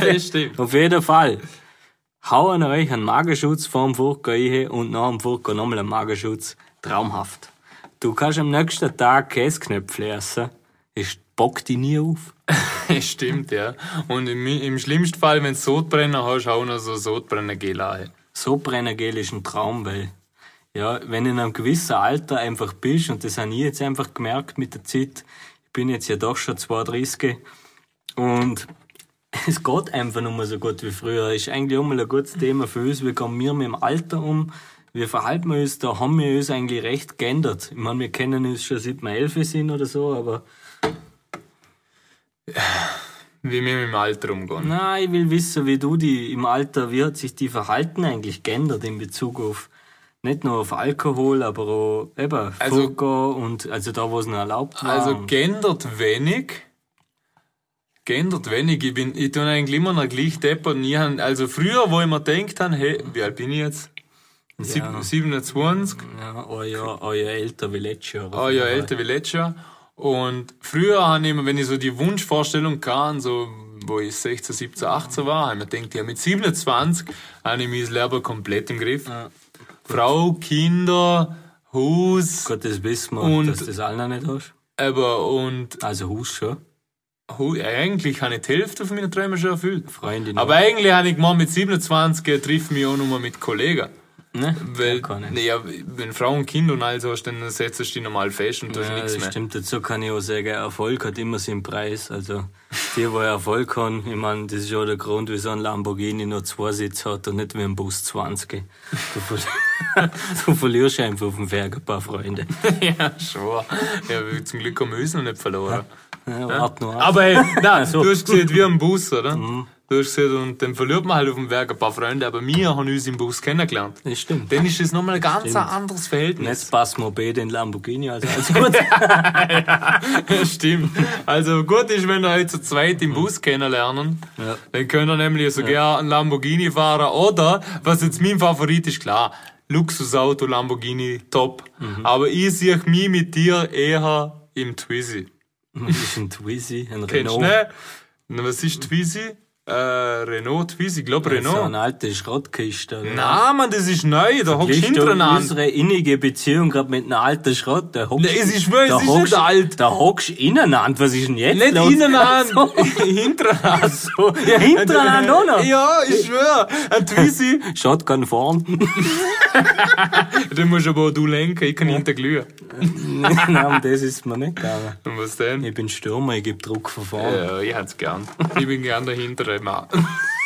[SPEAKER 3] Ja, stimmt.
[SPEAKER 2] Auf jeden Fall. Hauen euch einen Magerschutz vorm Furka rein und nach dem Furka nochmal einen Magerschutz. Traumhaft. Du kannst am nächsten Tag Käseknöpfle essen. Ich bock die nie auf.
[SPEAKER 3] Stimmt, ja. Und im, im schlimmsten Fall, wenn du Sodbrenner hast, hau noch so Sodbrenner-Gel an.
[SPEAKER 2] So Brennergel ist ein Traum, weil, ja, wenn du in einem gewissen Alter einfach bist, und das habe ich jetzt einfach gemerkt mit der Zeit, ich bin jetzt ja doch schon 32 und es geht einfach nicht mehr so gut wie früher. Ist eigentlich auch mal ein gutes Thema für uns. Wie gehen wir mit dem Alter um? Wie verhalten wir uns? Da haben wir uns eigentlich recht geändert. Ich meine, wir kennen uns schon seit wir elf sind oder so, aber
[SPEAKER 3] Wie wir mit dem Alter umgehen.
[SPEAKER 2] Nein, ich will wissen, wie du die im Alter, wie hat sich die Verhalten eigentlich geändert in Bezug auf nicht nur auf Alkohol, aber auch eben
[SPEAKER 3] Also-
[SPEAKER 2] Furgo und also da, wo es noch erlaubt war.
[SPEAKER 3] Also
[SPEAKER 2] und,
[SPEAKER 3] geändert wenig. Geändert wenig. Ich bin, ich tue eigentlich immer noch gleich deppert. und ich han- Also früher, wo ich mir denkt han, hey, wie alt bin ich jetzt? Sieb- 27?
[SPEAKER 2] ja, ein Jahr, ein Jahr älter wie letztes Jahr. Also
[SPEAKER 3] Ah ja, älter wie letztes Jahr. Und früher habe ich immer, wenn ich so die Wunschvorstellung kann, so wo ich 16, 17, 18 war, habe ich mir gedacht, ja, mit 27 habe ich mein Leben komplett im Griff. Frau, Kinder, Haus,
[SPEAKER 2] Gott, das wissen wir,
[SPEAKER 3] Und-
[SPEAKER 2] dass du das alle noch nicht hast.
[SPEAKER 3] aber und
[SPEAKER 2] Also Haus schon.
[SPEAKER 3] Hu- eigentlich habe ich die Hälfte von meinen Träumen schon erfüllt.
[SPEAKER 2] Freundin.
[SPEAKER 3] Genau. Aber eigentlich habe ich gemacht, mit 27 trifft mich auch nur mit Kollegen.
[SPEAKER 2] ne?
[SPEAKER 3] Weil,
[SPEAKER 2] Ja, gar nicht.
[SPEAKER 3] nee, ja, wenn Frau und Kind und alles hast, dann setzt du dich normal fest und tust
[SPEAKER 2] Ja,
[SPEAKER 3] nichts
[SPEAKER 2] das
[SPEAKER 3] mehr.
[SPEAKER 2] Äh, stimmt, dazu kann ich auch sagen, Erfolg hat immer seinen Preis. Also, die, wo Erfolg haben, ich meine, das ist ja der Grund, wieso ein Lamborghini nur zwei Sitze hat und nicht wie ein Bus 20. Du, verli du verlierst einfach auf dem Weg ein paar Freunde.
[SPEAKER 3] Ja, schon. Ja, wir- zum Glück haben wir uns noch nicht verloren.
[SPEAKER 2] Ja, wart nur ab.
[SPEAKER 3] Aber hey, nein,
[SPEAKER 2] so. Mhm.
[SPEAKER 3] du hast gesehen, wir im Bus, oder? Du hast gesehen, und dann verliert man halt auf dem Werk ein paar Freunde, aber wir haben uns im Bus kennengelernt.
[SPEAKER 2] Das stimmt.
[SPEAKER 3] Dann ist das nochmal ein ganz anderes Verhältnis.
[SPEAKER 2] Nicht Passmo B, den Lamborghini, also alles gut.
[SPEAKER 3] Stimmt. Also gut ist, wenn ihr euch zu zweit im Bus kennenlernen,
[SPEAKER 2] Ja.
[SPEAKER 3] dann könnt ihr nämlich sogar einen Lamborghini fahren oder, was jetzt mein Favorit ist, klar, Luxusauto, Lamborghini, top.
[SPEAKER 2] Mhm.
[SPEAKER 3] Aber ich sehe mich mit dir eher im Twizy.
[SPEAKER 2] Das ist ein Twizy, ein
[SPEAKER 3] Kennst du
[SPEAKER 2] Renault.
[SPEAKER 3] ne? Na, was ist Twizy? Äh, Renault, Twizy, ich glaube
[SPEAKER 2] So
[SPEAKER 3] Renault.
[SPEAKER 2] eine alte Schrottkiste. oder?
[SPEAKER 3] Na, Mann, das ist neu, da hockst du
[SPEAKER 2] Licht
[SPEAKER 3] hinten
[SPEAKER 2] um
[SPEAKER 3] an.
[SPEAKER 2] unsere innige Beziehung gerade mit einer alten Schrott. Da hockst,
[SPEAKER 3] Ne, es ist wahr, es
[SPEAKER 2] da
[SPEAKER 3] ist
[SPEAKER 2] hockst,
[SPEAKER 3] nicht alt.
[SPEAKER 2] Da hockst du ineinander. Was ist denn jetzt
[SPEAKER 3] Nicht
[SPEAKER 2] los?
[SPEAKER 3] innen an,
[SPEAKER 2] So.
[SPEAKER 3] hinten an.
[SPEAKER 2] So, ja, hintereinander auch noch.
[SPEAKER 3] Ja, ich schwör. Ein Twizy,
[SPEAKER 2] Shotgun vorn.
[SPEAKER 3] den musst aber auch du lenken, ich kann hinten glühen.
[SPEAKER 2] Nein, um das ist mir nicht gegangen.
[SPEAKER 3] Und was denn?
[SPEAKER 2] Ich bin Stürmer, ich gebe Druck von vorn.
[SPEAKER 3] Ja, ich hätt's gern. Ich bin gern der hintere Mann.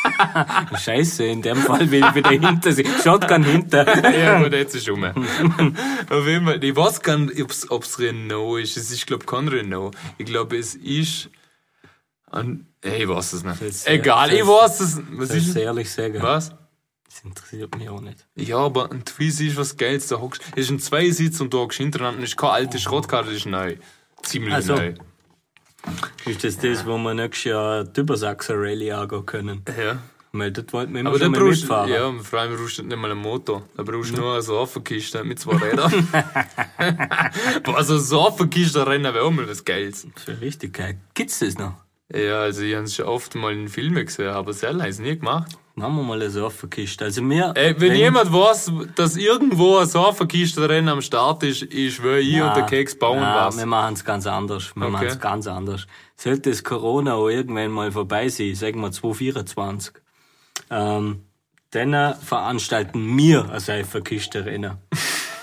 [SPEAKER 2] Scheiße, in dem Fall will ich wieder hinter sie. Shotgun hinter.
[SPEAKER 3] Ja, gut, jetzt ist um. Auf jeden Fall, ich weiß gar nicht, ob's, ob's Renault ist. Es ist, glaub kein Renault. Ich glaube, es ist ein, hey, ich weiß es nicht.
[SPEAKER 2] Soll's-
[SPEAKER 3] Egal, ich weiß es. Was
[SPEAKER 2] Soll ich
[SPEAKER 3] ist es?
[SPEAKER 2] ehrlich sagen?
[SPEAKER 3] Was?
[SPEAKER 2] Das interessiert mich auch nicht.
[SPEAKER 3] Ja, aber ein Twizy ist was Geiles. Da hockst, es ist ein Zweisitz und da hockst du hintereinander. Das ist keine alte Schrottkarte, das ist neu. Ziemlich
[SPEAKER 2] Also-
[SPEAKER 3] neu.
[SPEAKER 2] Ist das das, wo wir nächstes Jahr die Übersachser Rallye angehen können?
[SPEAKER 3] Ja.
[SPEAKER 2] Weil dort wollten wir immer
[SPEAKER 3] Aber
[SPEAKER 2] schon
[SPEAKER 3] dann
[SPEAKER 2] mal
[SPEAKER 3] brauchst
[SPEAKER 2] mitfahren.
[SPEAKER 3] ja, vor allem brauchst du nicht mal einen Motor. Da brauchst du nur eine Soffenkiste mit zwei Rädern. Boah, so eine Soffenkiste rennen wäre auch mal was Geiles.
[SPEAKER 2] Für Richtigkeit. Gibt's das noch?
[SPEAKER 3] Ja, also ich habe es schon oft mal in Filmen gesehen, aber selber habe ich es nie gemacht.
[SPEAKER 2] Machen wir mal eine Surferkiste. Also mir.
[SPEAKER 3] Ey, Äh, wenn, jemand weiß, dass irgendwo ein Sofakistenrennen am Start ist, ich schwöre, ich und der Keks bauen
[SPEAKER 2] na,
[SPEAKER 3] was.
[SPEAKER 2] Wir machen es ganz anders. Wir
[SPEAKER 3] Okay.
[SPEAKER 2] machen's ganz anders. Sollte das Corona auch irgendwann mal vorbei sein, sagen wir 2024, ähm, dann äh, veranstalten wir ein Seiferkistenrennen.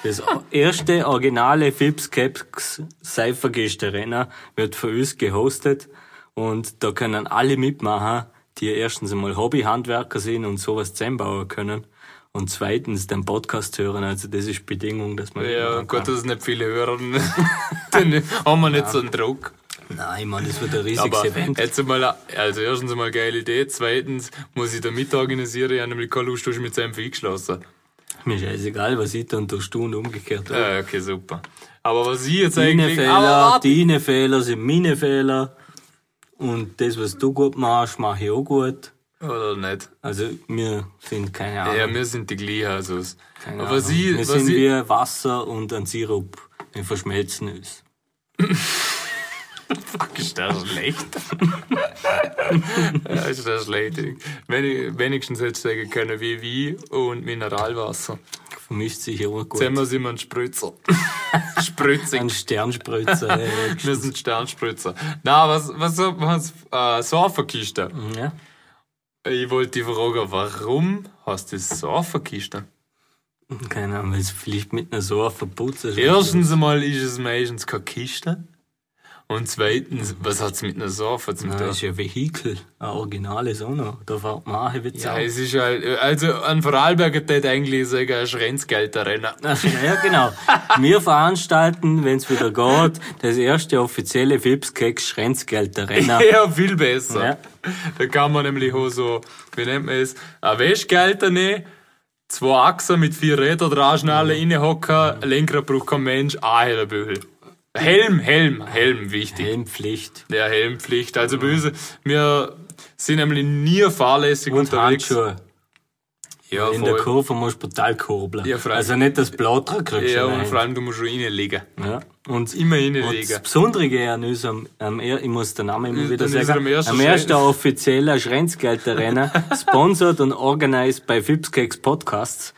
[SPEAKER 2] Das o- erste originale Fips Caps Seiferkistenrennen wird von uns gehostet und da können alle mitmachen, die erstens einmal Hobbyhandwerker sind und sowas zusammenbauen können. Und zweitens den Podcast hören, also das ist Bedingung, dass man
[SPEAKER 3] Ja,
[SPEAKER 2] mitmachen
[SPEAKER 3] gut, dass es nicht viele hören. Dann haben wir nicht so einen Druck.
[SPEAKER 2] Nein, Mann, das wird ein riesiges
[SPEAKER 3] Aber
[SPEAKER 2] Event.
[SPEAKER 3] jetzt einmal, also erstens einmal geile Idee, zweitens muss ich da mit organisieren, ich habe nämlich keine Lust, du hast mit seinem eingeschlossen.
[SPEAKER 2] Mir scheißegal, was ich dann tust du und umgekehrt.
[SPEAKER 3] Ja, Äh, okay, super. Aber was ich jetzt
[SPEAKER 2] Deine
[SPEAKER 3] eigentlich... Aber
[SPEAKER 2] Fehler,
[SPEAKER 3] warte,
[SPEAKER 2] deine Fehler sind meine Fehler. Und das, was du gut machst, mache ich auch gut.
[SPEAKER 3] oder nicht?
[SPEAKER 2] Also, wir sind keine Ahnung.
[SPEAKER 3] Ja, wir sind die gleichen. Also. es-
[SPEAKER 2] Ah. keine
[SPEAKER 3] Aber
[SPEAKER 2] Ahnung.
[SPEAKER 3] was ich,
[SPEAKER 2] wir
[SPEAKER 3] was
[SPEAKER 2] sind
[SPEAKER 3] ich,
[SPEAKER 2] wie Wasser und ein Sirup. Wir verschmelzen uns.
[SPEAKER 3] Fuck, ist das schlecht? ja, ist das schlecht. Wenig, wenigstens hätte ich sagen können, wie Wein und Mineralwasser.
[SPEAKER 2] Vermischt sich immer gut.
[SPEAKER 3] Zusammen sind wir ein Spritzer. Spritzig.
[SPEAKER 2] Ein Sternspritzer. ey.
[SPEAKER 3] Wir sind Sternspritzer. Na, was, was, was, äh, Surferkiste.
[SPEAKER 2] ja.
[SPEAKER 3] Ich wollte dich fragen, warum hast du Surferkiste?
[SPEAKER 2] Keine Ahnung, weil es vielleicht mit einer so verputzt ist.
[SPEAKER 3] Erstens einmal ist es meistens keine Kiste. Und zweitens, was hat es mit einer Surfer zu
[SPEAKER 2] Nein,
[SPEAKER 3] tun?
[SPEAKER 2] das ist ja ein Vehikel. Ein originales auch noch. Da fährt man auch, wird's
[SPEAKER 3] Ja,
[SPEAKER 2] auch.
[SPEAKER 3] es ist halt, also ein Vorarlberger tät eigentlich sagen, ein Schrenzgelder Renner.
[SPEAKER 2] Ach, ja, genau. Wir veranstalten, wenn's wieder geht, das erste offizielle Fipskeks Schrenzgeld der Renner.
[SPEAKER 3] Ja, viel besser.
[SPEAKER 2] Ja.
[SPEAKER 3] Da kann man nämlich auch so, wie nennt man es, ein Wäschgelder nehmen, zwei Achsen mit vier Rädern dran schnallen, reinhocken, Lenkrad braucht kein Mensch, ein Hellerbügel. Helm, Helm, Helm, wichtig.
[SPEAKER 2] Helmpflicht.
[SPEAKER 3] Der Helmpflicht, also böse. Wir sind nämlich nie fahrlässig
[SPEAKER 2] Und
[SPEAKER 3] unterwegs.
[SPEAKER 2] Handschuhe.
[SPEAKER 3] Ja,
[SPEAKER 2] In der
[SPEAKER 3] voll.
[SPEAKER 2] Kurve musst du brutal kurbeln.
[SPEAKER 3] Ja, vor allem-
[SPEAKER 2] also nicht das Blautra kriegst
[SPEAKER 3] Ja,
[SPEAKER 2] du
[SPEAKER 3] und
[SPEAKER 2] rein.
[SPEAKER 3] vor allem, du musst schon reinlegen.
[SPEAKER 2] ja. Und
[SPEAKER 3] Immer
[SPEAKER 2] Und das
[SPEAKER 3] reinlegen.
[SPEAKER 2] Besondere an unserem, am, er- ich muss den Namen immer wieder
[SPEAKER 3] An
[SPEAKER 2] sagen, am
[SPEAKER 3] unserem ersten
[SPEAKER 2] ersten,
[SPEAKER 3] Schre-
[SPEAKER 2] offizieller Schrenzgelderrenner, sponsored und organized bei Fipskeks Podcasts,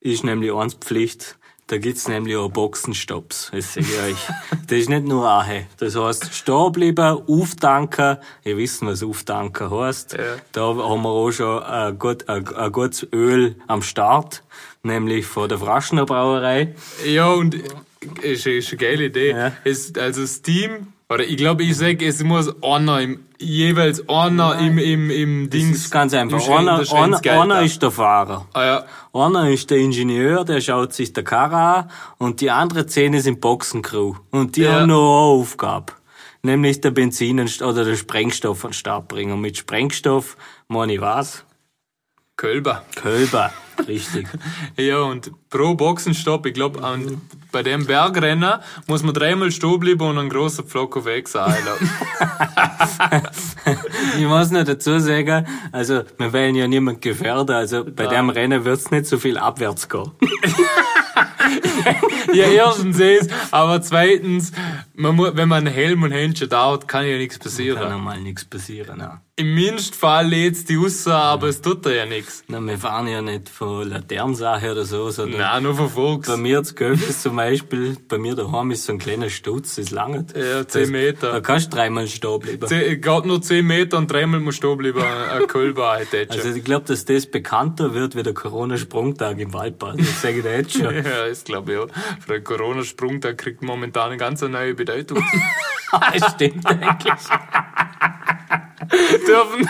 [SPEAKER 2] ist nämlich eins Pflicht. Da gibt's nämlich auch Boxenstops, das sage ich euch. Das ist nicht nur Ahe. Das heißt, stehen bleiben, auftanken. Ihr wisst, was auftanken heißt. Da haben wir auch schon ein, gut, ein, ein gutes Öl am Start, nämlich von der Fraschner Brauerei.
[SPEAKER 3] Ja, und äh, ist, ist eine geile Idee.
[SPEAKER 2] Ja.
[SPEAKER 3] Es, also das Team, oder ich glaube, ich sage, es muss einer im, jeweils einer im, im, im
[SPEAKER 2] Das
[SPEAKER 3] Dings.
[SPEAKER 2] ist ganz einfach.
[SPEAKER 3] im Schre-
[SPEAKER 2] Einer,
[SPEAKER 3] der
[SPEAKER 2] einer,
[SPEAKER 3] Schrenzgelder.
[SPEAKER 2] einer ist der Fahrer.
[SPEAKER 3] Ah, ja.
[SPEAKER 2] Einer ist der Ingenieur, der schaut sich der Karre an und die anderen zehn sind Boxencrew. Und die
[SPEAKER 3] Ja.
[SPEAKER 2] haben nur eine Aufgabe. Nämlich der Benzin und- oder den Sprengstoff an den Start bringen. Und mit Sprengstoff meine ich was?
[SPEAKER 3] Kölber.
[SPEAKER 2] Kölber. Richtig.
[SPEAKER 3] Ja, und pro Boxenstopp, ich glaube, an- bei dem Bergrenner muss man dreimal stehen bleiben und einen großen Pflock auf Exa einladen.
[SPEAKER 2] Ich muss noch dazu sagen, also wir wollen ja niemand gefährden, also bei dem Rennen wird's nicht so viel abwärts gehen.
[SPEAKER 3] ja, erstens ist, aber zweitens, man muss, wenn man einen Helm und Händchen da hat, kann ja nichts
[SPEAKER 2] Kann
[SPEAKER 3] passieren.
[SPEAKER 2] normal nichts passieren. Nein.
[SPEAKER 3] Im Mindestfall lädt's die raus, aber es tut da ja nichts.
[SPEAKER 2] Nein, wir fahren ja nicht von Laternensache oder so, sondern
[SPEAKER 3] Nein, nur von Fuchs.
[SPEAKER 2] Bei mir zu Gölf ist zum Beispiel, bei mir daheim ist so ein kleiner Stutz, das langt.
[SPEAKER 3] Ja, zehn Meter.
[SPEAKER 2] Da kannst du dreimal stehen bleiben.
[SPEAKER 3] Ze- Geht nur 10 Meter und dreimal musst du oben lieber ein Kölber
[SPEAKER 2] Also
[SPEAKER 3] eintätschen.
[SPEAKER 2] ich glaube, dass das bekannter wird wie der Corona-Sprungtag im Waldbad. Das sage ich dir jetzt schon.
[SPEAKER 3] Ja, ist glaube ich auch. Für einen Corona-Sprung, da kriegt momentan eine ganz neue Bedeutung.
[SPEAKER 2] Das stimmt eigentlich.
[SPEAKER 3] Dürfen.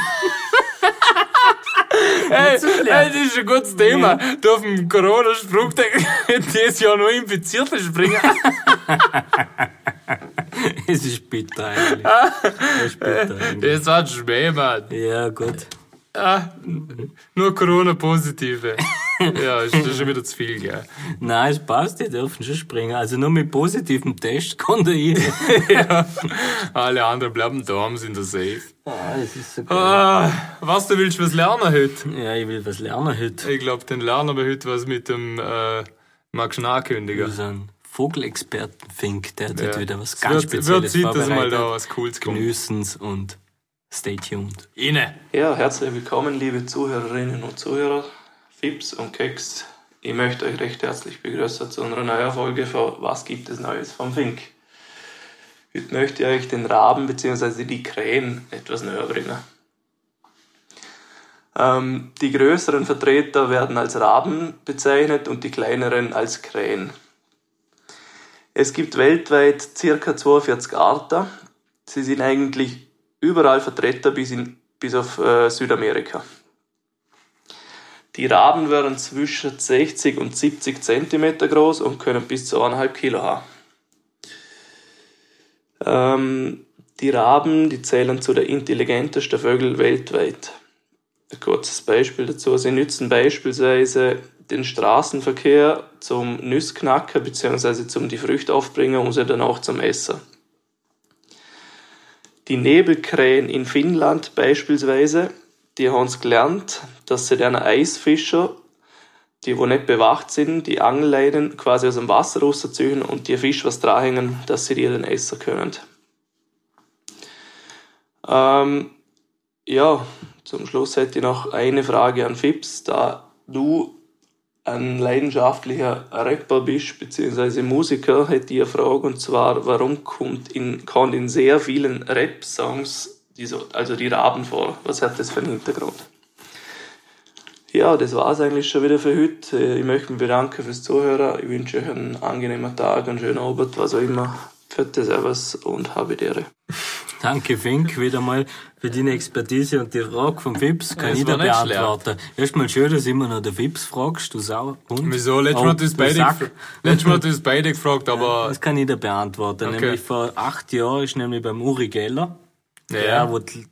[SPEAKER 3] hey, hey, das ist ein gutes Thema. Dürfen Corona-Sprung da- dieses Jahr noch Infizierte springen?
[SPEAKER 2] Es ist bitter eigentlich. Das ist bitter eigentlich.
[SPEAKER 3] Das war schwer, Mann.
[SPEAKER 2] Ja, gut.
[SPEAKER 3] Ah, nur Corona-Positive. ja, ist das schon wieder zu viel, gell?
[SPEAKER 2] Nein, es passt, die dürfen schon springen. Also nur mit positivem Test konnte ich.
[SPEAKER 3] Alle anderen bleiben daheim, sind da safe.
[SPEAKER 2] Ah, das ist so geil.
[SPEAKER 3] Ah, was du willst, was lernen heute?
[SPEAKER 2] Ja, ich will was lernen heute.
[SPEAKER 3] Ich glaube, den lernen wir heute was mit dem äh, Max Schnarkündiger.
[SPEAKER 2] So ein Vogelexperten-Think, der hat heute wieder was
[SPEAKER 3] Es
[SPEAKER 2] ganz
[SPEAKER 3] wird,
[SPEAKER 2] Spezielles
[SPEAKER 3] wird Zeit, dass mal
[SPEAKER 2] vorbereitet.
[SPEAKER 3] da was Cooles kommt.
[SPEAKER 2] Genüssens und Stay tuned. Ine.
[SPEAKER 4] Ja, herzlich willkommen, liebe Zuhörerinnen und Zuhörer, Fips und Keks. Ich möchte euch recht herzlich begrüßen zu unserer neuen Folge von Was gibt es Neues vom Fink? Heute möchte ich euch den Raben bzw. die Krähen etwas näher bringen. Ähm, die größeren Vertreter werden als Raben bezeichnet und die kleineren als Krähen. Es gibt weltweit ca. 42 Arten. Sie sind eigentlich überall vertreten bis, in, bis auf äh, Südamerika. Die Raben werden zwischen 60 und 70 cm groß und können bis zu 1,5 Kilo haben. Ähm, die Raben, die zählen zu den intelligentesten Vögeln weltweit. Ein kurzes Beispiel dazu. Sie nützen beispielsweise den Straßenverkehr zum Nüssknacken bzw. zum die Früchte aufbringen, um sie dann auch zum Essen. Die Nebelkrähen in Finnland beispielsweise, die haben es gelernt, dass sie den Eisfischer, die wo nicht bewacht sind, die Angelleinen quasi aus dem Wasser rausziehen und die Fisch was dranhängen, dass sie die dann essen können. Ähm, ja, zum Schluss hätte ich noch eine Frage an Fips, da du ein leidenschaftlicher Rapper bist, beziehungsweise Musiker, hätte ich eine Frage, und zwar, warum kommt in, kommt in sehr vielen Rap-Songs, die so, also die Raben vor? Was hat das für einen Hintergrund? Ja, das war's eigentlich schon wieder für heute. Äh, Ich möchte mich bedanken fürs Zuhören. Ich wünsche euch einen angenehmen Tag, einen schönen Abend, was auch immer. Vierte Servus und habe die Ehre.
[SPEAKER 2] Danke, Fink, wieder mal für deine Expertise und die Frage vom Fips kann
[SPEAKER 3] Das
[SPEAKER 2] ich dir
[SPEAKER 3] war nicht schlecht.
[SPEAKER 2] beantworten. Erstmal schön, dass immer noch der Fips fragst, du Sau. Hund.
[SPEAKER 3] Wieso? Letztes
[SPEAKER 2] Oh,
[SPEAKER 3] Mal hat das
[SPEAKER 2] du
[SPEAKER 3] beide,
[SPEAKER 2] Sack.
[SPEAKER 3] gef- letztes Mal hat das beide gefragt, aber
[SPEAKER 2] Das kann ich dir beantworten.
[SPEAKER 3] Okay.
[SPEAKER 2] Nämlich vor acht Jahren ist nämlich beim Uri Geller, der,
[SPEAKER 3] Ja.
[SPEAKER 2] wo die,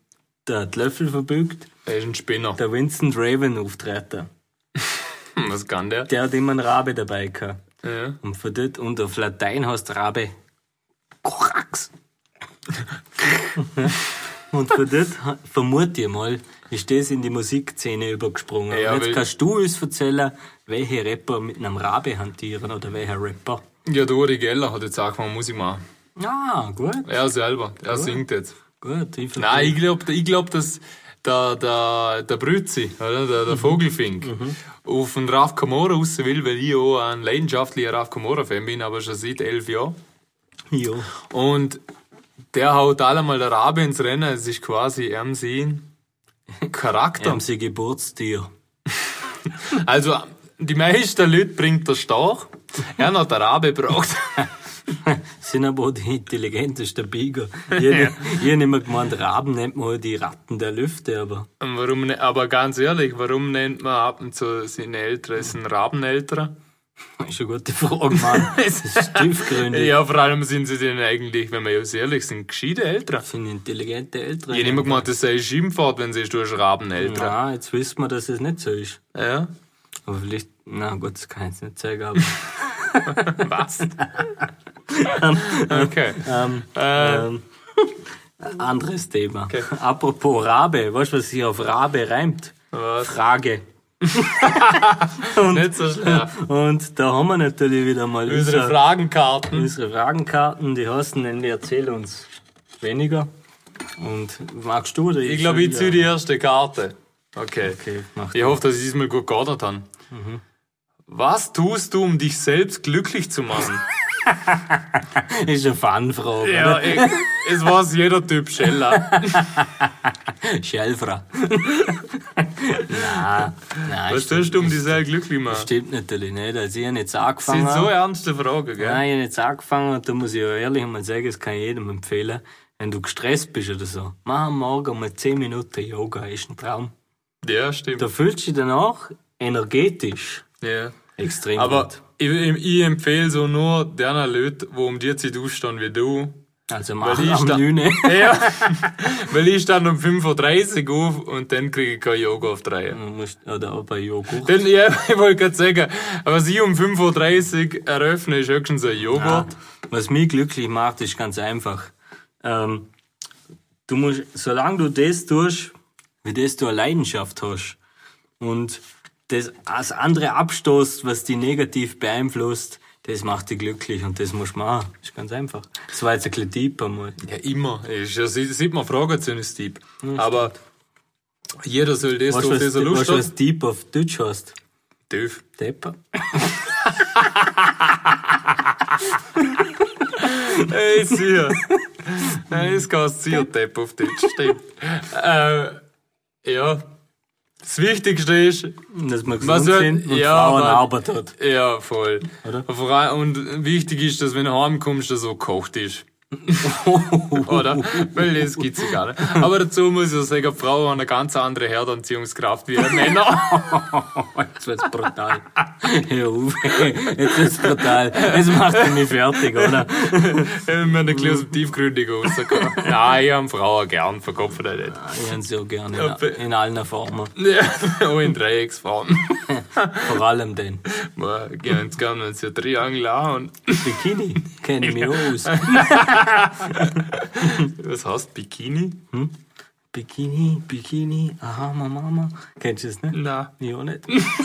[SPEAKER 2] der die Löffel verbügt,
[SPEAKER 3] er ist ein Spinner.
[SPEAKER 2] der Vincent Raven auftreten.
[SPEAKER 3] Hm, Was kann der?
[SPEAKER 2] Der hat immer einen Rabe dabei gehabt.
[SPEAKER 3] Ja.
[SPEAKER 2] Und für das, und auf Latein heißt Rabe Korax. und für das ha- vermute ich mal, ist das in die Musikszene übergesprungen.
[SPEAKER 3] Ja,
[SPEAKER 2] und
[SPEAKER 3] weil-
[SPEAKER 2] jetzt kannst du uns erzählen, welche Rapper mit einem Rabe hantieren oder welcher Rapper.
[SPEAKER 3] ja, der Uri Geller hat jetzt auch mal Musik machen.
[SPEAKER 2] Ah, gut,
[SPEAKER 3] Er selber, er singt jetzt.
[SPEAKER 2] gut. Ich verstehe.
[SPEAKER 3] Nein, ich glaube, ich glaub, dass der, der, der Brützi, oder? der, der Vogelfink, auf den Raf Kamora raus will, weil ich auch ein leidenschaftlicher Raf Kamora-Fan bin, aber schon seit elf Jahren.
[SPEAKER 2] Ja.
[SPEAKER 3] Und der haut allemal der Rabe ins Rennen. Es ist quasi am sehen Charakter.
[SPEAKER 2] Haben sie Geburtstier.
[SPEAKER 3] also, die meisten Leute bringt der Stach. Er hat der Rabe gebraucht.
[SPEAKER 2] Sind aber auch die intelligentesten Biger. Hier ja. nicht mehr gemeint, Raben nennt man halt die Ratten der Lüfte, aber
[SPEAKER 3] Und warum, ne- aber ganz ehrlich, warum nennt man ab und zu seine Eltern, sind Rabeneltern?
[SPEAKER 2] ist eine gute Frage, Mann. Das ist Stiefgründe.
[SPEAKER 3] Äh, Ja, vor allem sind sie denn eigentlich, wenn wir jetzt ehrlich sind, gescheite Eltern.
[SPEAKER 2] sind intelligente Eltern.
[SPEAKER 3] Ich hätte immer gemacht, das sei eine Schimpfwort, wenn sie durch Rabeneltern.
[SPEAKER 2] Na, jetzt wissen wir, dass es nicht so ist.
[SPEAKER 3] Ja.
[SPEAKER 2] Aber vielleicht, na gut, das kann ich jetzt nicht zeigen, aber
[SPEAKER 3] Was? okay.
[SPEAKER 2] ähm, anderes Thema. Apropos Rabe, weißt du, was sich auf Rabe reimt?
[SPEAKER 3] Was?
[SPEAKER 2] Frage.
[SPEAKER 3] Nicht so schlecht.
[SPEAKER 2] Und da haben wir natürlich wieder mal
[SPEAKER 3] Unsere
[SPEAKER 2] unser-
[SPEAKER 3] Fragenkarten.
[SPEAKER 2] unsere Fragenkarten, die heißen nämlich Erzähl uns weniger. Und magst du oder
[SPEAKER 3] Ich glaube, ich
[SPEAKER 2] schon
[SPEAKER 3] ziehe
[SPEAKER 2] wieder?
[SPEAKER 3] die erste Karte. Okay.
[SPEAKER 2] Okay, Mhm. mach
[SPEAKER 3] Ich hoffe, dass ich diesmal gut geordnet habe. Was tust du, um dich selbst glücklich zu machen?
[SPEAKER 2] das. Ist eine Fanfrage.
[SPEAKER 3] ja, ich, es weiß jeder Typ Scheller.
[SPEAKER 2] Schelfra. Nein, nein.
[SPEAKER 3] Was tust du, um dich selbst glücklich zu machen?
[SPEAKER 2] Stimmt natürlich nicht. Also ich habe jetzt angefangen.
[SPEAKER 3] Das sind so ernste Fragen, gell?
[SPEAKER 2] Nein, ich habe jetzt angefangen und da muss ich auch ehrlich mal sagen, das kann ich jedem empfehlen. Wenn du gestresst bist oder so, mach am Morgen mal 10 Minuten Yoga, ist ein Traum.
[SPEAKER 3] Ja, stimmt.
[SPEAKER 2] Da fühlst du dich danach energetisch
[SPEAKER 3] Ja.
[SPEAKER 2] extrem
[SPEAKER 3] Aber
[SPEAKER 2] gut.
[SPEAKER 3] ich, ich empfehle so nur deiner Leute, wo um die Zeit aufstehen wie du.
[SPEAKER 2] Also
[SPEAKER 3] Weil
[SPEAKER 2] mach
[SPEAKER 3] ich
[SPEAKER 2] am
[SPEAKER 3] sta-
[SPEAKER 2] Lüne.
[SPEAKER 3] Ja. Weil ich stand um 5.30 Uhr auf und dann kriege ich kein Yoga auf drei.
[SPEAKER 2] Du musst- Oder auch bei Joghurt.
[SPEAKER 3] Denn, ja, ich wollte gerade sagen, aber sie um 5.30 Uhr eröffne ist höchstens ein
[SPEAKER 2] Ja.
[SPEAKER 3] Joghurt.
[SPEAKER 2] Was mich glücklich macht, ist ganz einfach. Ähm, du musst, solange du das tust, wie das du eine Leidenschaft hast und das, das andere abstoßt, was dich negativ beeinflusst, Das macht dich glücklich und das musst du machen. Ist ganz einfach. Das war jetzt ein bisschen deeper mal.
[SPEAKER 3] Ja, immer. Ist ja, sie- sieht man, Fragezeichen ist deep. Aber jeder soll das
[SPEAKER 2] Weißt du,
[SPEAKER 3] tun, auf
[SPEAKER 2] was,
[SPEAKER 3] das er Lust
[SPEAKER 2] weißt, du,
[SPEAKER 3] hat.
[SPEAKER 2] was deep auf Deutsch heißt?
[SPEAKER 3] Tief.
[SPEAKER 2] Depper.
[SPEAKER 3] Ey, sicher. Nein, es kannst sicher Depp auf Deutsch, stimmt. äh, ja. Das Wichtigste ist,
[SPEAKER 2] Dass wir gesund
[SPEAKER 3] Was soll-
[SPEAKER 2] sind und
[SPEAKER 3] ja,
[SPEAKER 2] Frauen
[SPEAKER 3] aber-
[SPEAKER 2] Arbeit hat.
[SPEAKER 3] ja, voll.
[SPEAKER 2] Oder?
[SPEAKER 3] Vor allem- Und wichtig ist, dass wenn du heimkommst, dass so gekocht ist. Oder? Weil das gibt's ja gar nicht. Aber dazu muss ich sagen, Frauen haben eine ganz andere Herdanziehungskraft wie Männer.
[SPEAKER 2] Jetzt wird's brutal. Hör auf. Jetzt wird's brutal. Das macht mich fertig, oder?
[SPEAKER 3] Wenn man ein bisschen aus dem Tiefgründigen rauskommt. Nein, ich habe Frauen gern, verkopft euch nicht.
[SPEAKER 2] Ich hätte so gerne
[SPEAKER 3] Ja,
[SPEAKER 2] in, in allen Formen.
[SPEAKER 3] Ja, auch in Dreiecksform.
[SPEAKER 2] Vor allem den.
[SPEAKER 3] Boah, ganz gern, wenn sie Triangel haben. Und
[SPEAKER 2] Bikini. Kenne ich mich aus.
[SPEAKER 3] was heißt Bikini?
[SPEAKER 2] Bikini, Bikini, aha, Mama, Mama. Kennst du das nicht?
[SPEAKER 3] Na,
[SPEAKER 2] Ich auch nicht.